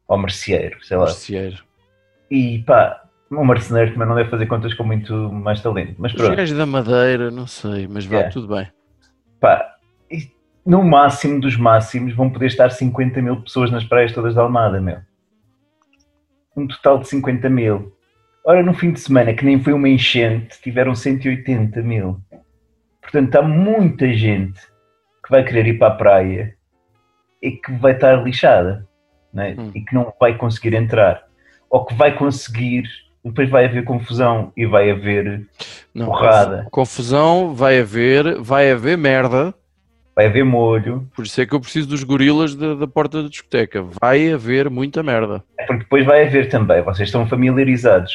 Speaker 2: ou merceeiro, sei lá.
Speaker 3: Merceeiro.
Speaker 2: E pá, um marceneiro também não deve fazer contas com muito mais talento. Mas
Speaker 3: Os
Speaker 2: pronto, É.
Speaker 3: gajos da Madeira, não sei, mas vá,
Speaker 2: Yeah.
Speaker 3: tudo bem.
Speaker 2: pá, e no máximo dos máximos vão poder estar 50 mil pessoas nas praias todas da Almada, meu. Um total de 50 mil. Ora, no fim de semana, que nem foi uma enchente, tiveram 180 mil. Portanto, há muita gente que vai querer ir para a praia e que vai estar lixada né?
Speaker 3: Hum.
Speaker 2: e que não vai conseguir entrar. Ou que vai conseguir, depois vai haver confusão e vai haver
Speaker 3: Não,
Speaker 2: Porrada.
Speaker 3: Confusão vai haver, vai haver merda.
Speaker 2: vai haver molho,
Speaker 3: Por isso é que eu preciso dos gorilas da, da porta da discoteca. Vai haver muita merda.
Speaker 2: porque Então, depois vai haver também, vocês estão familiarizados.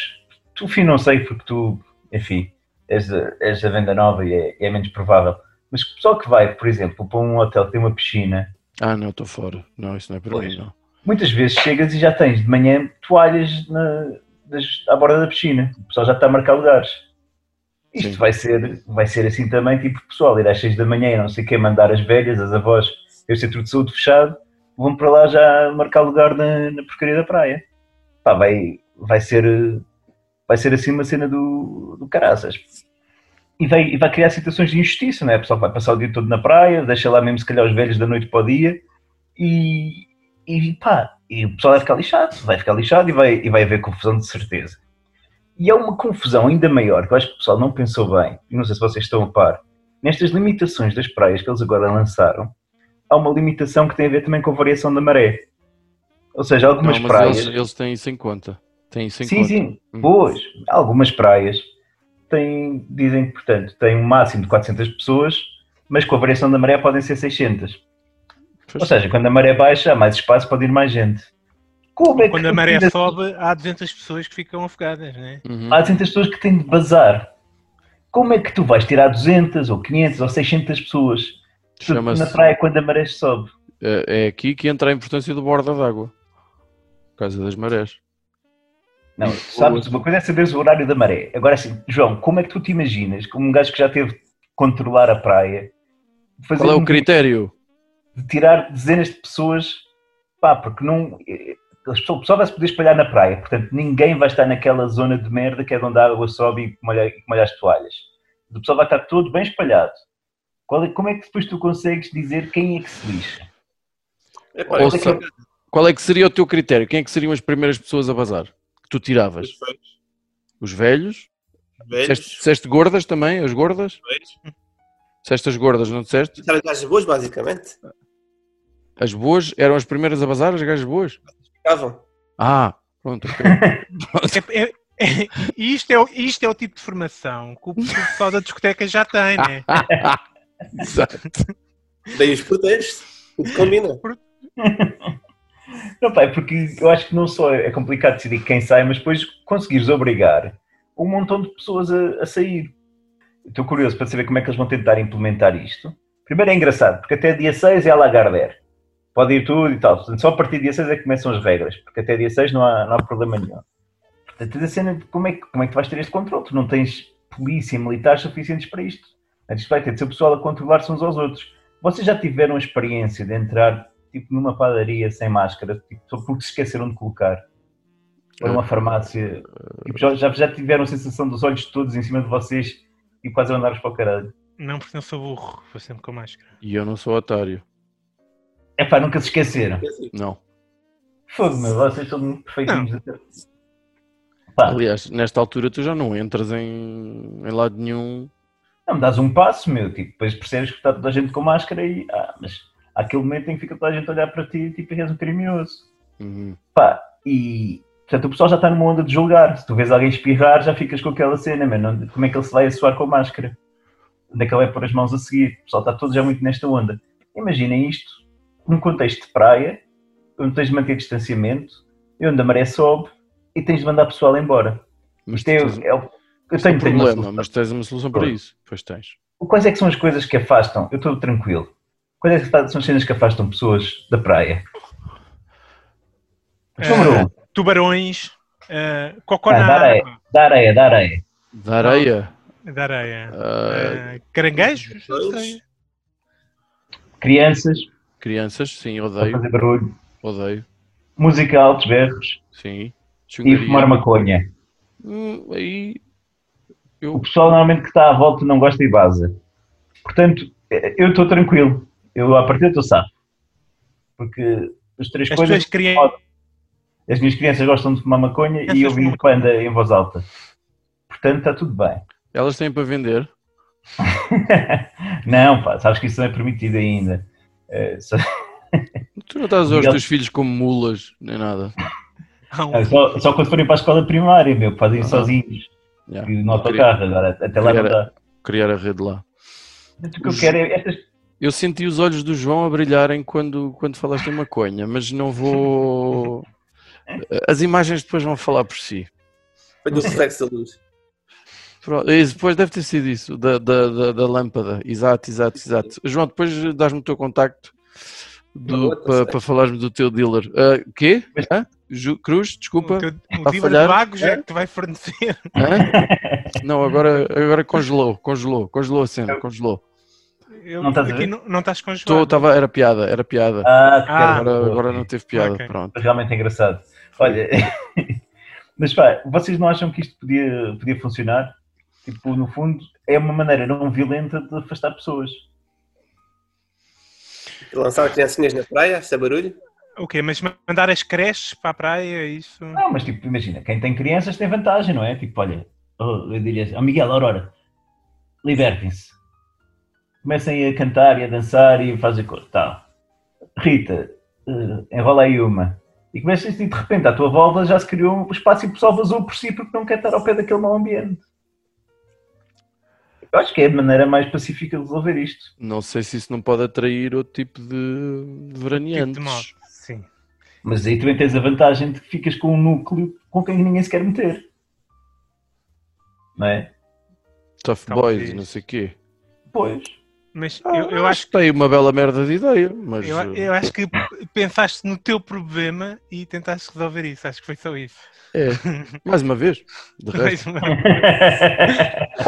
Speaker 2: Tu, enfim, não sei, porque tu, enfim, és, a- és da venda nova e é, é menos provável. Mas o pessoal que vai, por exemplo, para um hotel que tem uma piscina,
Speaker 3: Ah, não, estou fora. Não, isso não é para
Speaker 2: Pois.
Speaker 3: mim, não.
Speaker 2: muitas vezes chegas e já tens de manhã toalhas na, das- à borda da piscina. O pessoal já está a marcar lugares. Isto
Speaker 3: Sim.
Speaker 2: vai ser, vai ser assim também, tipo, pessoal, ir às seis da manhã e não sei quem mandar as velhas, as avós, eu centro de saúde fechado, vão para lá já marcar lugar na, na porcaria da praia. Pá, vai, vai ser eh, vai ser assim uma cena do, do caraças. E vai, e vai criar situações de injustiça, não é? O pessoal vai passar o dia todo na praia, deixa lá mesmo se calhar os velhos da noite para o dia e, e pá, e o pessoal vai ficar lixado, vai ficar lixado e vai, e vai haver confusão de certeza. E há uma confusão ainda maior, que eu acho que o pessoal não pensou bem, e não sei se vocês estão a par, nestas limitações das praias que eles agora lançaram, há uma limitação que tem a ver também com a variação da maré. Ou seja,
Speaker 3: Não,
Speaker 2: algumas
Speaker 3: mas
Speaker 2: praias...
Speaker 3: eles, eles têm isso em conta. Têm isso em
Speaker 2: Sim,
Speaker 3: conta.
Speaker 2: sim,
Speaker 3: Hum.
Speaker 2: boas. Algumas praias têm, dizem que, portanto, têm um máximo de 400 pessoas, mas com a variação da maré podem ser 600.
Speaker 3: Pois.
Speaker 2: Ou seja, quando a maré baixa, há mais espaço, pode ir mais gente. Como é que
Speaker 1: Quando a maré
Speaker 2: ainda-
Speaker 1: sobe, há 200 pessoas que ficam afogadas, né?
Speaker 3: Uhum.
Speaker 2: Há 200 pessoas que têm de bazar. Como é que tu vais tirar 200 ou 500 ou 600 pessoas se-
Speaker 3: Chama-se-
Speaker 2: na praia quando a maré sobe?
Speaker 3: É é aqui que entra a importância do borda d'água. Por causa das marés.
Speaker 2: Não, tu sabes, uma coisa é saberes o horário da maré. Agora sim, João, como é que tu te imaginas, como um gajo que já teve de controlar a praia, fazer
Speaker 3: Qual é o
Speaker 2: um-
Speaker 3: critério?
Speaker 2: de tirar dezenas de pessoas, pá, porque não. eh, as pessoas- O pessoal vai se poder espalhar na praia, portanto ninguém vai estar naquela zona de merda que é de onde a água sobe e molha, e molha as toalhas. O pessoal vai estar todo bem espalhado. Qual é- como é que depois tu consegues dizer quem é que se lixa?
Speaker 4: É pá,
Speaker 3: Ou
Speaker 4: olha,
Speaker 3: se- Qual é que seria o teu critério? Quem é que seriam as primeiras pessoas a bazar? Que tu tiravas?
Speaker 4: Os velhos,
Speaker 3: Os velhos?
Speaker 4: velhos,
Speaker 3: Disseste, disseste gordas também? As gordas?
Speaker 4: velhos.
Speaker 3: Disseste as gordas, não disseste?
Speaker 4: Estavam gajas boas, basicamente.
Speaker 3: As boas eram as primeiras a bazar, as gajas boas?
Speaker 4: Ficavam.
Speaker 3: Ah, pronto. ok. *laughs*
Speaker 1: É- é- é- e isto, é, o- isto é o tipo de formação que o pessoal da discoteca já tem,
Speaker 3: *laughs*
Speaker 1: né?
Speaker 3: Exato.
Speaker 4: Daí os porteiros. Tudo combina.
Speaker 2: Não, pá, é porque eu acho que não só é complicado decidir quem sai, mas depois conseguires obrigar um montão de pessoas a, a sair. Estou curioso para saber como é que eles vão tentar implementar isto. Primeiro é engraçado, porque até dia 6 é a Lagardère. Pode ir tudo e tal. Portanto, só a partir de dia 6 é que começam as regras, porque até dia 6 não há, não há problema nenhum. Portanto, a cena de como é, que, como é que tu vais ter este controle? Tu não tens polícia e militares suficientes para isto. Antes vai ter de ser o pessoal a controlar-se uns aos outros. Vocês já tiveram a experiência de entrar tipo numa padaria sem máscara, tipo, só porque se esqueceram de colocar? Ou numa farmácia? Tipo, já, já- já tiveram a sensação dos olhos todos em cima de vocês e quase a andar-vos para o caralho?
Speaker 1: Não, porque não sou burro, vou sempre com máscara.
Speaker 3: E eu não sou otário.
Speaker 2: É pá, nunca se esqueceram.
Speaker 3: Não.
Speaker 2: Fogo, meu, vocês são perfeitinhos. Pá,
Speaker 3: Aliás, nesta altura tu já não entras em, em lado nenhum.
Speaker 2: não me dás um passo, meu, tipo, depois percebes que está toda a gente com máscara e, ah, mas há aquele momento em que fica toda a gente a olhar para ti tipo, e és um criminoso.
Speaker 3: Uhum.
Speaker 2: Pá, e, portanto, o pessoal já está numa onda de julgar. Se tu vês alguém espirrar, já ficas com aquela cena, meu, não- como é que ele se vai assoar com a máscara? Onde é que ele vai pôr as mãos a seguir? O pessoal está todo já muito nesta onda. Imaginem isto num contexto de praia, onde tens de manter distanciamento, e onde a maré sobe, e tens de mandar o pessoal embora.
Speaker 3: Mas
Speaker 2: Isto é,
Speaker 3: tens,
Speaker 2: é o- eu
Speaker 3: isto é um
Speaker 2: tenho, tenho uma
Speaker 3: problema,
Speaker 2: solução.
Speaker 3: mas tens uma solução para
Speaker 2: Claro.
Speaker 3: isso. Pois tens.
Speaker 2: Quais é que são as coisas que afastam? Eu estou tranquilo. Quais é que fa- são as cenas que afastam pessoas da praia?
Speaker 3: Então,
Speaker 2: Número
Speaker 1: Ah,
Speaker 3: É.
Speaker 2: um,
Speaker 1: tubarões, ah, cocó
Speaker 2: Ah,
Speaker 1: na
Speaker 2: dar areia.
Speaker 1: água,
Speaker 2: da areia, da areia.
Speaker 3: Da areia.
Speaker 1: de areia.
Speaker 3: Ah,
Speaker 1: Ah, caranguejos? Não sei.
Speaker 2: Crianças,
Speaker 3: crianças, sim,
Speaker 2: para
Speaker 3: odeio.
Speaker 2: fazer barulho.
Speaker 3: Odeio.
Speaker 2: Música a altos berros
Speaker 3: Sim.
Speaker 2: e
Speaker 3: Chungaria.
Speaker 2: fumar maconha.
Speaker 3: Hum, aí.
Speaker 2: O
Speaker 3: Eu.
Speaker 2: pessoal normalmente que está à volta não gosta e vaza. Portanto, eh, eu estou tranquilo. Eu, à partida, estou safo. Porque as três
Speaker 1: As
Speaker 2: coisas...
Speaker 1: tuas crianças.
Speaker 2: As minhas crianças gostam de fumar maconha
Speaker 1: Essas
Speaker 2: e ouvir
Speaker 1: fumam-
Speaker 2: panda em voz alta. Portanto, está tudo bem. *laughs*
Speaker 3: Elas têm para vender.
Speaker 2: não, pá, sabes que isso não é permitido ainda. Eh, só,
Speaker 3: Tu não estás aos
Speaker 2: Miguel-
Speaker 3: teus filhos como mulas, nem nada.
Speaker 1: Há um-
Speaker 2: só, só quando forem para a escola primária, meu, fazem
Speaker 3: Ah.
Speaker 2: sozinhos.
Speaker 3: Yeah.
Speaker 2: E no
Speaker 3: Vou criar,
Speaker 2: autocarro, agora, até lá não
Speaker 3: Criar-
Speaker 2: dá.
Speaker 3: criar a rede lá.
Speaker 2: Mas O que eu quero é estas
Speaker 3: Eu senti os olhos do João a brilharem quando, quando falaste em maconha, mas não vou. As imagens depois vão falar por si.
Speaker 4: Apanhou o reflexo da luz.
Speaker 3: Pro- isso, Depois deve ter sido isso, da, da, da, da lâmpada. Exato, exato, exato. João, depois dás-me o teu contacto
Speaker 4: Uma outra
Speaker 3: para
Speaker 4: série.
Speaker 3: falarmos do teu dealer. Ah, quê? Hã? Ju- Cruz, desculpa.
Speaker 1: O um teu- o
Speaker 3: a
Speaker 1: dealer
Speaker 3: falhar?
Speaker 1: de vagos é que te vai fornecer.
Speaker 3: Hã? Não, agora, agora congelou, congelou, congelou a cena, congelou.
Speaker 1: Eu-
Speaker 2: Não estás a
Speaker 1: aqui
Speaker 2: ver?
Speaker 1: não, não estás congelado.
Speaker 3: Tô, tava, era piada, era piada.
Speaker 2: Ah, que
Speaker 1: Ah.
Speaker 2: quero-
Speaker 3: Agora, agora não teve piada,
Speaker 1: Ok.
Speaker 3: pronto.
Speaker 2: Foi realmente é engraçado. Olha, *laughs* mas pá, vocês não acham que isto podia, podia funcionar? Tipo, no fundo, é uma maneira não violenta de afastar pessoas.
Speaker 4: Lançaram criancinhas na praia, isto é barulho.
Speaker 1: O quê? Mas mandar as creches para a praia, é isso.
Speaker 2: Não, mas tipo, imagina, quem tem crianças tem vantagem, não é? Tipo, olha, oh, eu diria assim, oh, Miguel, Aurora, libertem-se. Comecem a cantar e a dançar e a fazer coisa. Tal. Rita, eh, enrola aí uma. E começas e de repente à tua volta já se criou um espaço e o pessoal vazou por si porque não quer estar ao pé daquele mau ambiente. Eu acho que é a maneira mais pacífica de resolver isto.
Speaker 3: Não sei se isso não pode atrair outro tipo de, de
Speaker 1: Tipo de
Speaker 3: veraneantes.
Speaker 1: modo. Sim.
Speaker 2: Mas aí também tens a vantagem de que ficas com um núcleo com quem ninguém se quer meter. Não é?
Speaker 3: Tough
Speaker 1: Talvez.
Speaker 3: boys, não sei o quê.
Speaker 2: Pois.
Speaker 1: Mas
Speaker 3: Ah,
Speaker 1: eu, eu acho
Speaker 3: que tem uma bela merda de ideia, mas
Speaker 1: Eu,
Speaker 3: eh,
Speaker 1: eu acho que pensaste no teu problema e tentaste resolver isso. Acho que foi só isso.
Speaker 3: é. Mais uma vez.
Speaker 1: *laughs*
Speaker 3: De resto.
Speaker 1: Mas, não,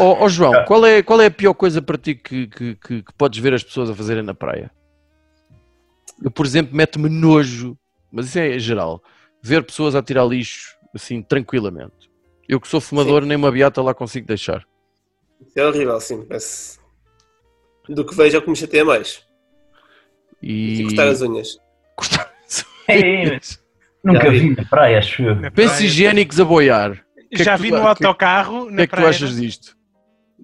Speaker 3: Ó ó,
Speaker 1: Tá.
Speaker 3: João, qual é, qual é a pior coisa para ti que, que, que, que podes ver as pessoas a fazerem na praia? Eu, por exemplo, mete-me nojo, mas isso é geral, ver pessoas a tirar lixo assim tranquilamente. Eu que sou fumador, nem uma beata lá consigo deixar.
Speaker 4: Isso é horrível, sim. Parece... Do que vejo é o que me chateia mais. E
Speaker 3: E.
Speaker 4: cortar as unhas.
Speaker 3: Cortar as *laughs*
Speaker 2: Ei,
Speaker 3: unhas.
Speaker 2: É, Nunca
Speaker 4: Já vi.
Speaker 2: vi na praia, acho eu.
Speaker 1: na
Speaker 3: Pensos
Speaker 1: É praia.
Speaker 3: higiênicos a boiar. que é
Speaker 1: Já
Speaker 3: que
Speaker 1: vi
Speaker 3: tu-
Speaker 1: no
Speaker 3: que-
Speaker 1: autocarro.
Speaker 3: O
Speaker 1: na
Speaker 3: que é que tu
Speaker 1: praia,
Speaker 3: achas disto?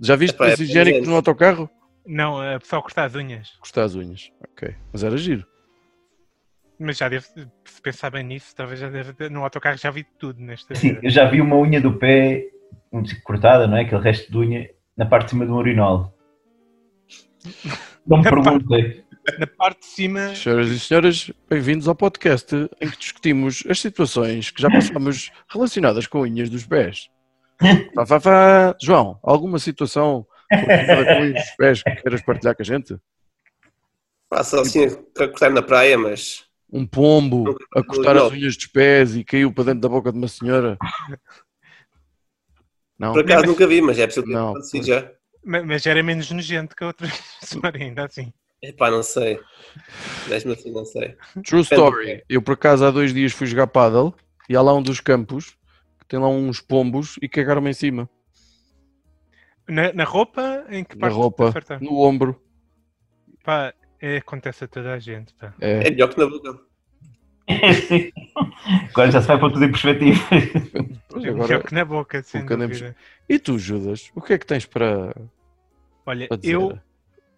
Speaker 3: Já viste
Speaker 4: Epá, é
Speaker 3: pensos higiênicos
Speaker 4: presente.
Speaker 3: no autocarro?
Speaker 1: Não, a pessoa cortar as unhas.
Speaker 3: Cortar as unhas. Ok. Mas era giro.
Speaker 1: Mas já deve, se pensar bem nisso, talvez já deve ter. No autocarro já vi tudo nesta
Speaker 2: Sim,
Speaker 1: vida.
Speaker 2: eu já vi uma unha do pé um tipo, cortada, não é? Aquele resto de unha na parte de cima de um urinol. Não me
Speaker 1: Epá.
Speaker 2: perguntei.
Speaker 1: Na parte de cima,
Speaker 3: Senhoras e senhores, bem-vindos ao podcast em que discutimos as situações que já passamos
Speaker 4: *laughs*
Speaker 3: relacionadas com unhas dos pés. Fá, fá, fá. João, alguma situação Luís, pés que queiras partilhar com a gente?
Speaker 4: Faço assim
Speaker 3: Tipo-
Speaker 4: a cortar na praia, mas
Speaker 3: Um pombo a cortar as unhas dos pés e caiu para dentro da boca de uma
Speaker 4: *laughs*
Speaker 3: senhora. Não,
Speaker 4: por acaso nunca vi, mas é possível que
Speaker 3: Não,
Speaker 4: aconteça já.
Speaker 1: Mas, mas era menos nojento que a outra *laughs* história, ainda assim.
Speaker 4: Epá, não sei. Mesmo assim, não sei.
Speaker 3: true story. Eu por acaso há dois dias fui jogar paddle e há lá um dos campos que tem lá uns pombos e cagaram-me em cima,
Speaker 1: Na, na roupa, em que
Speaker 3: na
Speaker 1: parte
Speaker 3: roupa,
Speaker 1: acertar?
Speaker 3: no ombro.
Speaker 1: Pá, é, acontece a toda a gente, pá.
Speaker 3: É.
Speaker 4: É melhor que na boca.
Speaker 2: Agora já se vai para tudo em perspectiva.
Speaker 3: Pois
Speaker 1: É
Speaker 3: agora-
Speaker 1: melhor que na boca, sem
Speaker 3: nunca nem
Speaker 1: dúvida.
Speaker 3: E tu, Judas, o que é que tens para,
Speaker 1: Olha,
Speaker 3: para dizer?
Speaker 1: eu,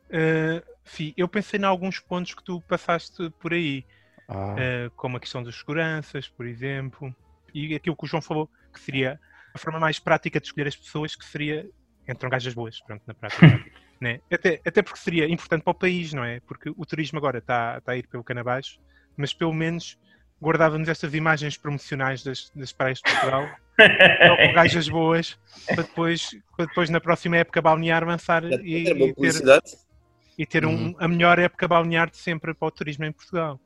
Speaker 1: eh, fi, eu pensei em alguns pontos que tu passaste por aí.
Speaker 3: Ah,
Speaker 1: eh, como a questão dos seguranças, por exemplo, e aquilo que o João falou, que seria a forma mais prática de escolher as pessoas, que seria entram gajas boas, pronto, na prática. né? até, até porque seria importante para o país, não é? Porque o turismo agora está está a ir pelo canabaixo, mas pelo menos guardávamos estas imagens promocionais das, das praias de Portugal, só com gajas boas, para depois, para depois na próxima época balnear avançar
Speaker 4: Era
Speaker 1: e,
Speaker 4: boa
Speaker 1: e ter,
Speaker 4: publicidade.
Speaker 1: e ter um-
Speaker 3: Uhum.
Speaker 1: a melhor época balnear de sempre para o turismo em Portugal.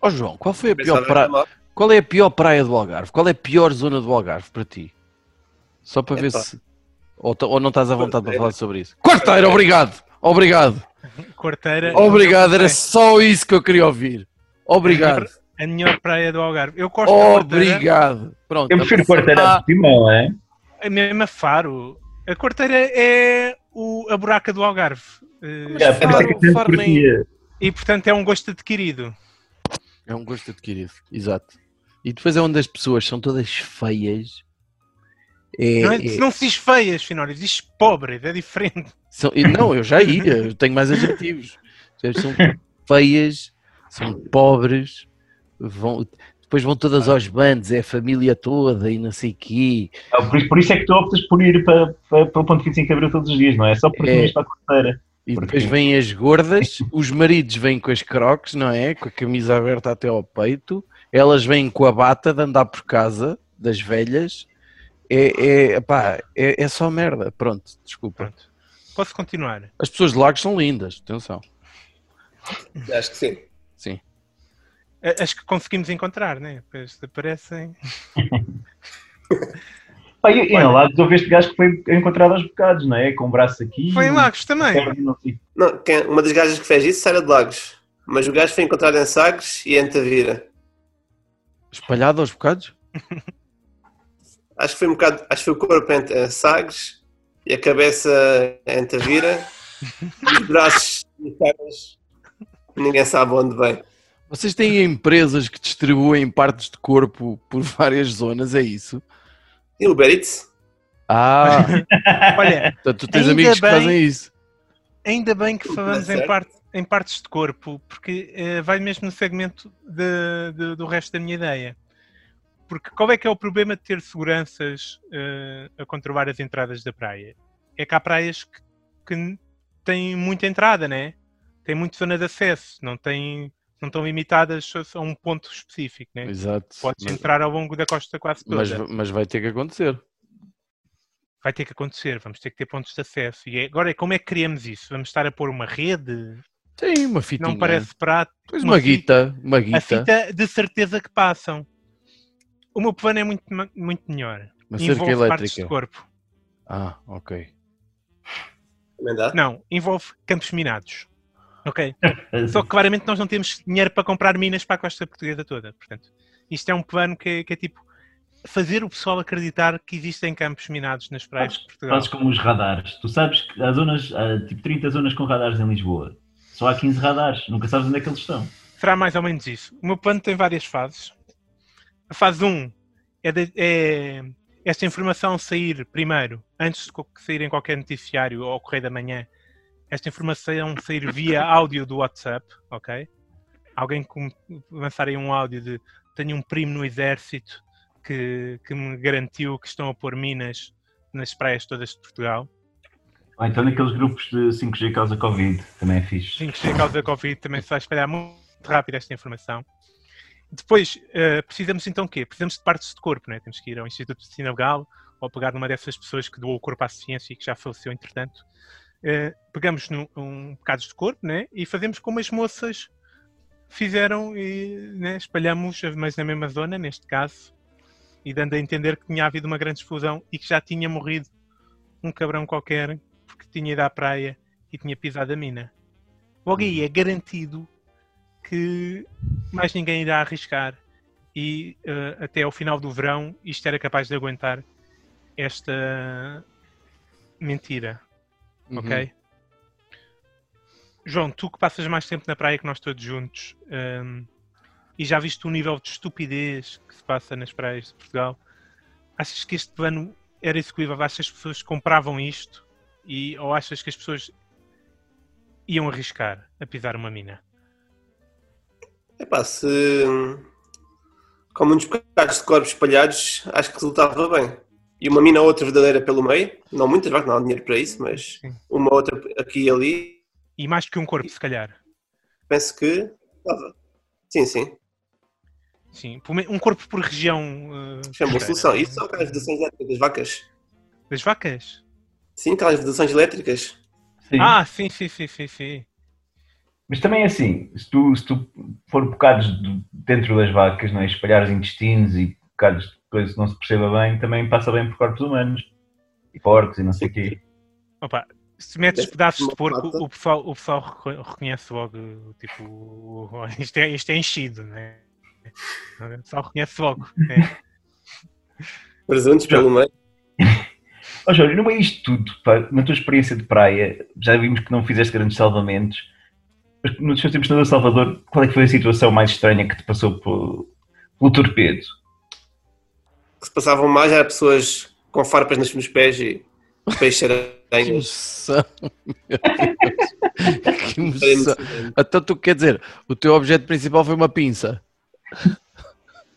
Speaker 3: Ó Oh, João, qual foi a
Speaker 4: Pensava
Speaker 3: pior
Speaker 4: que
Speaker 3: praia?
Speaker 4: era mal.
Speaker 3: Qual é a pior praia do Algarve? Qual é a pior zona do Algarve para ti? Só para ver
Speaker 4: Epá.
Speaker 3: se. Ou, ta- ou não estás à vontade para
Speaker 4: Quarteira.
Speaker 3: falar sobre isso. Quarteira, obrigado! Obrigado!
Speaker 1: Quarteira.
Speaker 3: Obrigado,
Speaker 1: É.
Speaker 3: era só isso que eu queria ouvir. Obrigado!
Speaker 1: A melhor praia do Algarve. Eu gosto da
Speaker 3: Obrigado! Pronto, Ah,
Speaker 2: Eu prefiro
Speaker 3: a Quarteira.
Speaker 2: quarteira de timão, é?
Speaker 1: Corteira. É mesmo a Faro. A Corteira é o, a buraca do Algarve. Eh,
Speaker 3: Mas
Speaker 2: Já, por isso é
Speaker 3: Faro,
Speaker 2: que eu sempre
Speaker 3: Faro nem-
Speaker 2: curtia.
Speaker 1: E portanto é um gosto adquirido.
Speaker 3: É um gosto adquirido, exato. E depois é onde as pessoas são todas feias. É,
Speaker 1: não, é,
Speaker 3: é-
Speaker 1: não se diz feias, Finório, diz pobres, é diferente.
Speaker 3: São- e não, eu já ia, eu tenho mais adjetivos. Percebes? São feias, são pobres, vão, depois vão todas aos bandos, é a família toda e não sei quê.
Speaker 2: Não, por, isso- por isso é que tu optas por ir para, para, para o ponto 25 de abril todos os dias, não é? Só porque
Speaker 3: É.
Speaker 2: tu ias para a quarteira.
Speaker 3: E
Speaker 2: Por
Speaker 3: depois
Speaker 2: quê?
Speaker 3: vêm as gordas, os maridos vêm com as crocs, não é? Com a camisa aberta até ao peito, elas vêm com a bata de andar por casa, das velhas. É, é, pá, é, é só merda. Pronto, desculpa.
Speaker 1: Pronto. Posso continuar?
Speaker 3: As pessoas de Lagos são lindas, atenção.
Speaker 4: Acho que sim.
Speaker 3: Sim.
Speaker 1: A- As que conseguimos encontrar, né? Depois aparecem.
Speaker 2: Pá, e, e não, lá houve este gajo que foi encontrado aos bocados, não é? Com o braço aqui.
Speaker 3: Hum.
Speaker 1: Foi é? em Lagos também.
Speaker 2: perna, não sei.
Speaker 4: Não, quem- uma das gajas que fez isso era de Lagos. Mas o gajo foi encontrado em Sagres e é em Tavira.
Speaker 3: Espalhado aos bocados?
Speaker 4: Acho que foi um bocado. Acho que foi o corpo em, em Sagres e a cabeça em Tavira. e os braços e as pernas. Ninguém sabe onde vem.
Speaker 3: Vocês têm empresas que distribuem partes de corpo por várias zonas, é isso?
Speaker 4: E o Uber Eats?
Speaker 3: Ah,
Speaker 1: Olha,
Speaker 3: *laughs* portanto, tu tens
Speaker 1: Ainda
Speaker 3: amigos que
Speaker 1: bem.
Speaker 3: fazem isso.
Speaker 1: ainda bem que falamos em,
Speaker 4: Certo.
Speaker 1: parte- em partes de corpo, porque eh, vai mesmo no segmento de- de- do resto da minha ideia. Porque qual é que é o problema de ter seguranças eh, a controlar as entradas da praia? É que há praias que, que n- têm muita entrada, né? Tem muita zona de acesso, não, têm, não estão limitadas só a um ponto específico, né?
Speaker 3: Exato.
Speaker 1: Podes
Speaker 3: Mas-
Speaker 1: entrar ao longo da costa quase toda.
Speaker 3: Mas, mas vai ter que acontecer.
Speaker 1: Vai ter que acontecer, vamos ter que ter pontos de acesso. E é- agora, como é que criamos isso? Vamos estar a pôr uma rede?
Speaker 3: Tem uma fitinha.
Speaker 1: Não parece prato?
Speaker 3: Pois
Speaker 1: uma
Speaker 3: uma guita, uma guita.
Speaker 1: A fita de certeza que passam. O meu plano é muito, ma- muito melhor.
Speaker 3: uma cerca
Speaker 1: envolve partes de
Speaker 3: elétrica.
Speaker 1: corpo.
Speaker 3: Ah, ok.
Speaker 4: Também dá?
Speaker 1: Não, envolve campos minados. Ok? É
Speaker 2: Ah,
Speaker 1: Só que claramente nós não temos dinheiro para comprar minas para a costa portuguesa toda. Portanto, isto é um plano que é, que é tipo fazer o pessoal acreditar que existem campos minados nas praias de Portugal.
Speaker 2: Fazes como os radares. Tu sabes que há zonas, há tipo 30 zonas com radares em Lisboa. Só há 15 radares, nunca sabes onde é que eles estão.
Speaker 1: Será mais ou menos isso. O meu plano tem várias fases. A fase 1 é, de- é esta informação sair primeiro, antes de co- sair em qualquer noticiário ou Correio da Manhã, esta informação sair via áudio do WhatsApp, ok? Alguém que me lançar aí um áudio de tenho um primo no exército que, que me garantiu que estão a pôr minas nas praias todas de Portugal.
Speaker 2: Ou então naqueles grupos de 5G causa Covid, também é fixe.
Speaker 1: 5G causa da Covid também se vai espalhar muito rápido esta informação. é? Depois, eh, precisamos então o quê? Precisamos de partes de corpo, né? temos que ir ao Instituto de Medicina Legal ou pegar numa dessas pessoas que doou o corpo à ciência e que já faleceu entretanto, eh, pegamos num, um bocados de corpo né? e fazemos como as moças fizeram e né, espalhamos, mas na mesma zona, neste caso, e dando a entender que tinha havido uma grande explosão e que já tinha morrido um cabrão qualquer porque tinha ido à praia e tinha pisado a mina. Logo aí é garantido que mais ninguém irá arriscar e eh, até ao final do verão isto era capaz de aguentar esta mentira,
Speaker 3: Uhum.
Speaker 1: ok? João, tu que passas mais tempo na praia que nós todos juntos hum, e já viste o nível de estupidez que se passa nas praias de Portugal, achas que este plano era execuível? Achas que as pessoas compravam isto e, ou achas que as pessoas iam arriscar a pisar uma mina?
Speaker 4: Epá, se. Com muitos bocados de corpos espalhados, acho que resultava bem. E uma mina ou outra verdadeira pelo meio, não muitas, vai que não há dinheiro para isso, mas
Speaker 1: Sim.
Speaker 4: uma outra aqui e ali,
Speaker 1: E mais que um corpo, se calhar.
Speaker 4: penso que. dava. Sim, sim.
Speaker 1: Sim, pelo menos um corpo por região. eh,
Speaker 4: Chama
Speaker 1: portuguesa.
Speaker 4: uma solução. Isso são aquelas vedações elétricas das vacas.
Speaker 1: Das vacas?
Speaker 4: Sim, aquelas vedações elétricas.
Speaker 2: Sim.
Speaker 1: Ah, sim, sim, sim, sim, sim.
Speaker 2: Mas também é assim, se tu, se tu for bocados de- dentro das vacas, não é? espalhar os intestinos e bocados de coisa que não se perceba bem, também passa bem por corpos humanos. E porcos e não sei o quê.
Speaker 1: Opa, se metes
Speaker 4: Deve
Speaker 1: pedaços
Speaker 4: ser
Speaker 1: de
Speaker 4: uma
Speaker 1: porco,
Speaker 4: pata.
Speaker 1: o pessoal, o pessoal reco- reconhece logo, tipo, *laughs* isto é, isto é enchido, né? O pessoal reconhece logo. né?
Speaker 4: Presuntos pelo meio.
Speaker 2: Ó Jorge, no meio disto tudo, pá, na tua experiência de praia, já vimos que não fizeste grandes salvamentos, mas nos teus tempos no Salvador, qual é que foi a situação mais estranha que te passou pelo, pelo torpedo?
Speaker 4: que se passavam mais era pessoas com farpas nos, nos pés e peixe
Speaker 3: Que *laughs*
Speaker 4: aranhas.
Speaker 3: emoção, meu Deus. *laughs* que emoção. Então tu quer dizer, o teu objeto principal foi uma pinça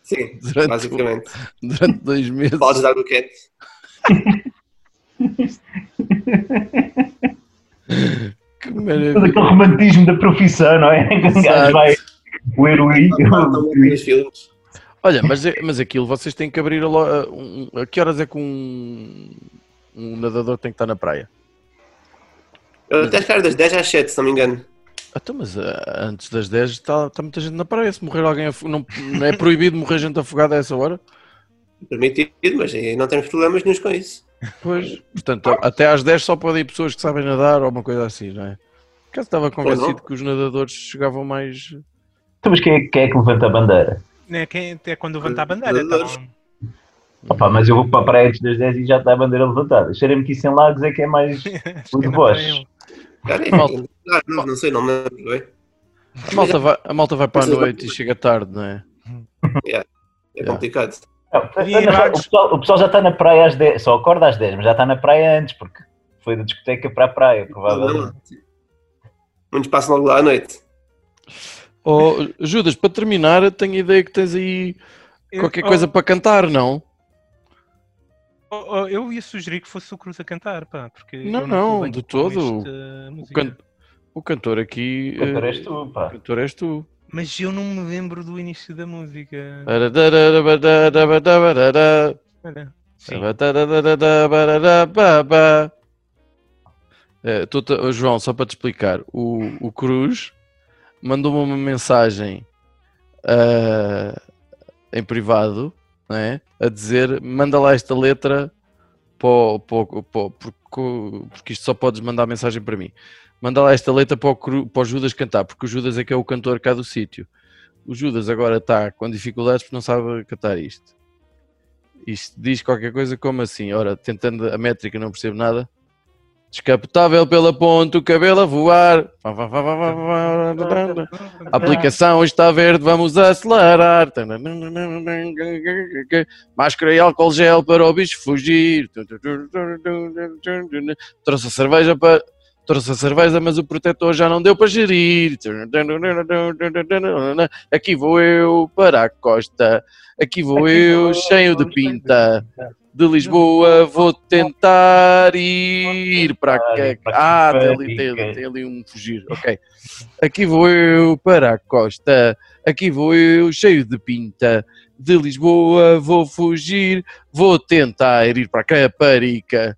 Speaker 4: Sim,
Speaker 3: Durante o-
Speaker 4: basicamente.
Speaker 3: durante dois meses.
Speaker 4: Baldes de água *laughs* quente.
Speaker 3: Que
Speaker 2: Todo
Speaker 3: maravilha.
Speaker 2: aquele romantismo da profissão, não é? *laughs* Que o gajo
Speaker 3: Exato.
Speaker 2: vai, o heroí,
Speaker 4: Não muito nos filmes.
Speaker 3: Olha, mas, mas aquilo vocês têm que abrir a, lo- a- um- a que horas é que um, um nadador tem que estar na praia?
Speaker 4: Eu até acho que era das 10 às 7, se não me engano.
Speaker 3: Então, mas ah, antes das 10 está está muita gente na praia. Se morrer alguém, afo- não, não é proibido morrer gente afogada a essa hora?
Speaker 4: Permitido, mas eh, não temos problemas nenhum com isso.
Speaker 3: Pois, portanto, até às 10 só podem ir pessoas que sabem nadar ou uma coisa assim, não é? Por acaso estava convencido
Speaker 4: não.
Speaker 3: que os nadadores chegavam mais.
Speaker 2: Então, mas quem é, quem é que levanta a bandeira?
Speaker 1: Né? Quem, até quando levantar a bandeira, tá
Speaker 4: Nadadores.
Speaker 1: bom.
Speaker 2: Opa, mas eu vou para a praia antes das 10 e já está a bandeira levantada. Cheira-me que isso em Lagos é que é
Speaker 1: *laughs*
Speaker 2: mais...
Speaker 1: Acho que
Speaker 2: Os
Speaker 1: não
Speaker 2: vós.
Speaker 1: tem um.
Speaker 4: Cara, é-
Speaker 3: Falta.
Speaker 4: Ah, não, não sei, não é? me lembro bem.
Speaker 3: A malta vai, a malta vai para a
Speaker 4: Vocês não-
Speaker 3: noite e chega tarde, não é?
Speaker 4: É
Speaker 3: Yeah.
Speaker 4: complicado.
Speaker 2: Não,
Speaker 1: E
Speaker 2: na-
Speaker 1: Lagos?
Speaker 2: o, pessoal, o pessoal já está na praia às 10, só acorda às 10, mas já está na praia antes, porque foi da discoteca para a praia, provavelmente.
Speaker 4: Muitos passam logo lá à noite.
Speaker 3: Oh, Judas, para terminar, tenho a ideia que tens aí
Speaker 1: Eu-
Speaker 3: qualquer
Speaker 1: oh,
Speaker 3: coisa para cantar, não?
Speaker 1: oh, oh, eu ia sugerir que fosse o Cruz a cantar, pá, porque. eu
Speaker 3: Não,
Speaker 1: me dou
Speaker 3: não,
Speaker 1: bem
Speaker 3: de
Speaker 1: com
Speaker 3: todo.
Speaker 1: esta
Speaker 3: O,
Speaker 1: música.
Speaker 3: can- o cantor aqui.
Speaker 2: O cantor
Speaker 3: eh,
Speaker 2: és tu,
Speaker 3: o
Speaker 2: pá.
Speaker 3: cantor és tu.
Speaker 1: Mas eu não me lembro do início da música.
Speaker 3: É. Aradaradabadabadabadabadá.
Speaker 1: Olha,
Speaker 3: É
Speaker 1: Sim.
Speaker 3: tá, Aradaradabadabadabadabá. Eh, tô-te- oh, João, só para te explicar, o, o Cruz mandou-me uma mensagem ah, em privado né, a dizer: manda lá esta letra para, o- para, o- para o- porque, o- porque isto só podes mandar mensagem para mim. Manda lá esta letra para o, Cru- para o Judas cantar, porque o Judas é que é o cantor cá do sítio. O Judas agora está com dificuldades porque não sabe cantar isto. Isto diz qualquer coisa como assim, ora, tentando a métrica, não percebo nada. Descapotável pela ponte, o cabelo a voar. é A aplicação está verde, vamos acelerar. Máscara e álcool gel para o bicho fugir. Trouxe a cerveja para. Trouxe a cerveja, mas o protetor já não deu para gerir. Aqui vou eu para a costa. Aqui é vou eu cheio de pinta. De Lisboa vou tentar ir para cá. Ah, tem ali, tem ali, tem ali um fugir. Ok. Aqui vou eu para a costa. Aqui vou eu cheio de pinta. de Lisboa vou fugir, vou tentar ir para Caparica.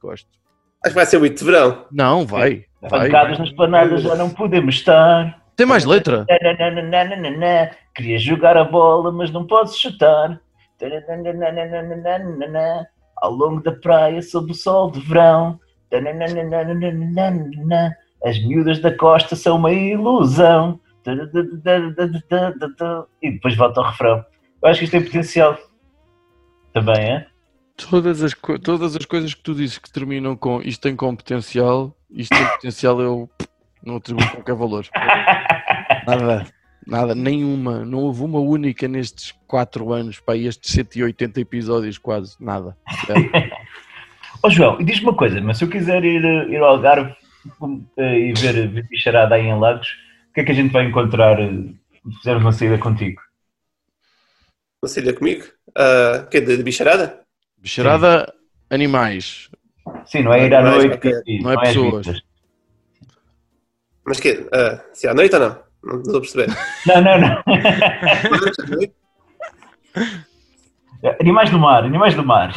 Speaker 3: Gosto.
Speaker 4: Acho que vai ser muito de verão.
Speaker 3: Não, vai. vai.
Speaker 2: Bancadas nas planadas já não podemos estar.
Speaker 3: Tem mais letra?
Speaker 2: Nananana, Queria jogar a bola, mas não posso chutar. Tananana, Ao longo da praia, sob o sol de verão. Tananana, As miúdas da costa são uma ilusão. E depois volta ao refrão. Eu acho que isto tem potencial. Também, é?
Speaker 3: Todas as, co- todas as coisas que tu dizes que terminam com isto tem com potencial, isto tem potencial, eu não atribuo qualquer valor. Nada, nada, nenhuma. Não houve uma única nestes 4 anos, para estes 180 episódios, quase, nada. Zero.
Speaker 2: Ó João, e diz-me uma coisa, mas se eu quiser ir, eh, ir ao Algarve eh, e ver, ver bicharada aí em Lagos, o que é que a gente vai encontrar eh, se fizermos uma saída contigo?
Speaker 4: Uma saída comigo? Ah, que é de, de bicharada?
Speaker 3: Bicharada, animais.
Speaker 2: Sim, não é ir à
Speaker 4: Não é-
Speaker 2: noite,
Speaker 4: ok,
Speaker 2: e-
Speaker 3: não é
Speaker 2: às
Speaker 3: pessoas.
Speaker 2: vistas.
Speaker 4: Mas que ah, se é à noite ou não? Não não estou a perceber.
Speaker 2: Não, não, *laughs* não.
Speaker 4: À noite?
Speaker 2: Animais do mar, animais do mar.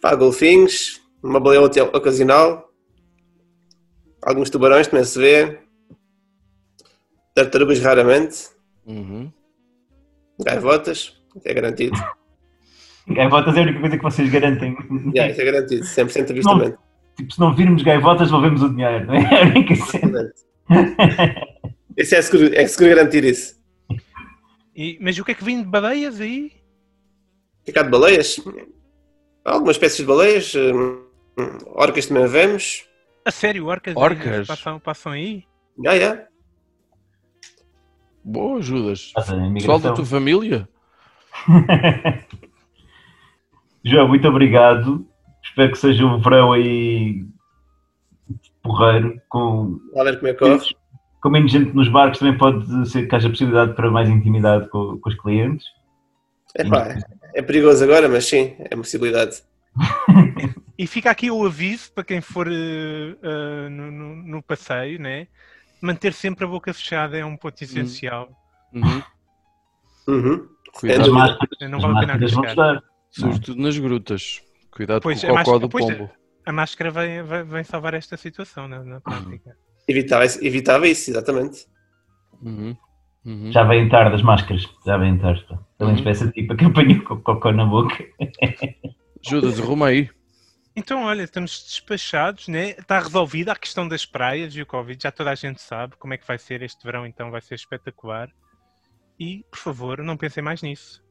Speaker 4: Pá, golfinhos, uma baleia oca- ocasional, alguns tubarões também se vê, tartarugas raramente,
Speaker 3: Uhum.
Speaker 4: gaivotas, é garantido.
Speaker 2: Gaivotas é a única coisa que vocês garantem.
Speaker 4: Yeah, isso é garantido, 100% de avistamento.
Speaker 2: Tipo, se não virmos gaivotas, devolvemos o dinheiro, não é? *laughs* É a única cena.
Speaker 4: Isso é seguro, é seguro garantir isso.
Speaker 1: E- mas o que é que vem de baleias aí?
Speaker 4: Que cá de baleias? Há algumas espécies de baleias, hum, hum, orcas também vemos.
Speaker 1: A sério, orcas?
Speaker 3: Orcas?
Speaker 1: Passam, passam aí?
Speaker 4: Yeah, yeah.
Speaker 3: Boa, Judas.
Speaker 2: Nossa, a
Speaker 3: Pessoal da
Speaker 2: imigração.
Speaker 3: tua família?
Speaker 2: João, muito obrigado. Espero que seja um verão aí porreiro, com
Speaker 4: Vá ver como é que corre.
Speaker 2: com menos gente nos barcos também pode ser que haja possibilidade para mais intimidade com, com os clientes.
Speaker 4: Epá, é perigoso agora, mas sim, é uma possibilidade.
Speaker 1: E fica aqui o aviso para quem for eh, eh, no, no- no passeio, né? Manter sempre a boca fechada é um
Speaker 2: Hum.
Speaker 1: ponto essencial.
Speaker 3: Uhum.
Speaker 4: Uhum.
Speaker 3: Cuidado.
Speaker 2: As
Speaker 4: Sim.
Speaker 2: máscaras,
Speaker 1: É Eh, Não
Speaker 2: as
Speaker 1: vale a pena
Speaker 2: máscaras vão
Speaker 1: arriscar.
Speaker 2: estar.
Speaker 3: Sobretudo nas grutas. Cuidado
Speaker 1: Pois,
Speaker 3: com o
Speaker 1: é mais-
Speaker 3: cocó do
Speaker 1: pois é.
Speaker 3: pombo.
Speaker 1: A máscara vem, vem- vem salvar esta situação na, na prática.
Speaker 4: Evitava, isso- evitava isso, exatamente.
Speaker 3: Uhum. Uhum.
Speaker 2: Já vêm tarde as máscaras, já vêm tarde. pá. Pelo menos
Speaker 3: Uhum.
Speaker 2: para essa tipa tipo que apanhou com o cocó na boca.
Speaker 3: Judas, arruma aí.
Speaker 1: Então, olha, estamos despachados, né? Está resolvida a questão das praias e o Covid, já toda a gente sabe como é que vai ser este verão, então vai ser espetacular. E, por favor, não pensem mais nisso.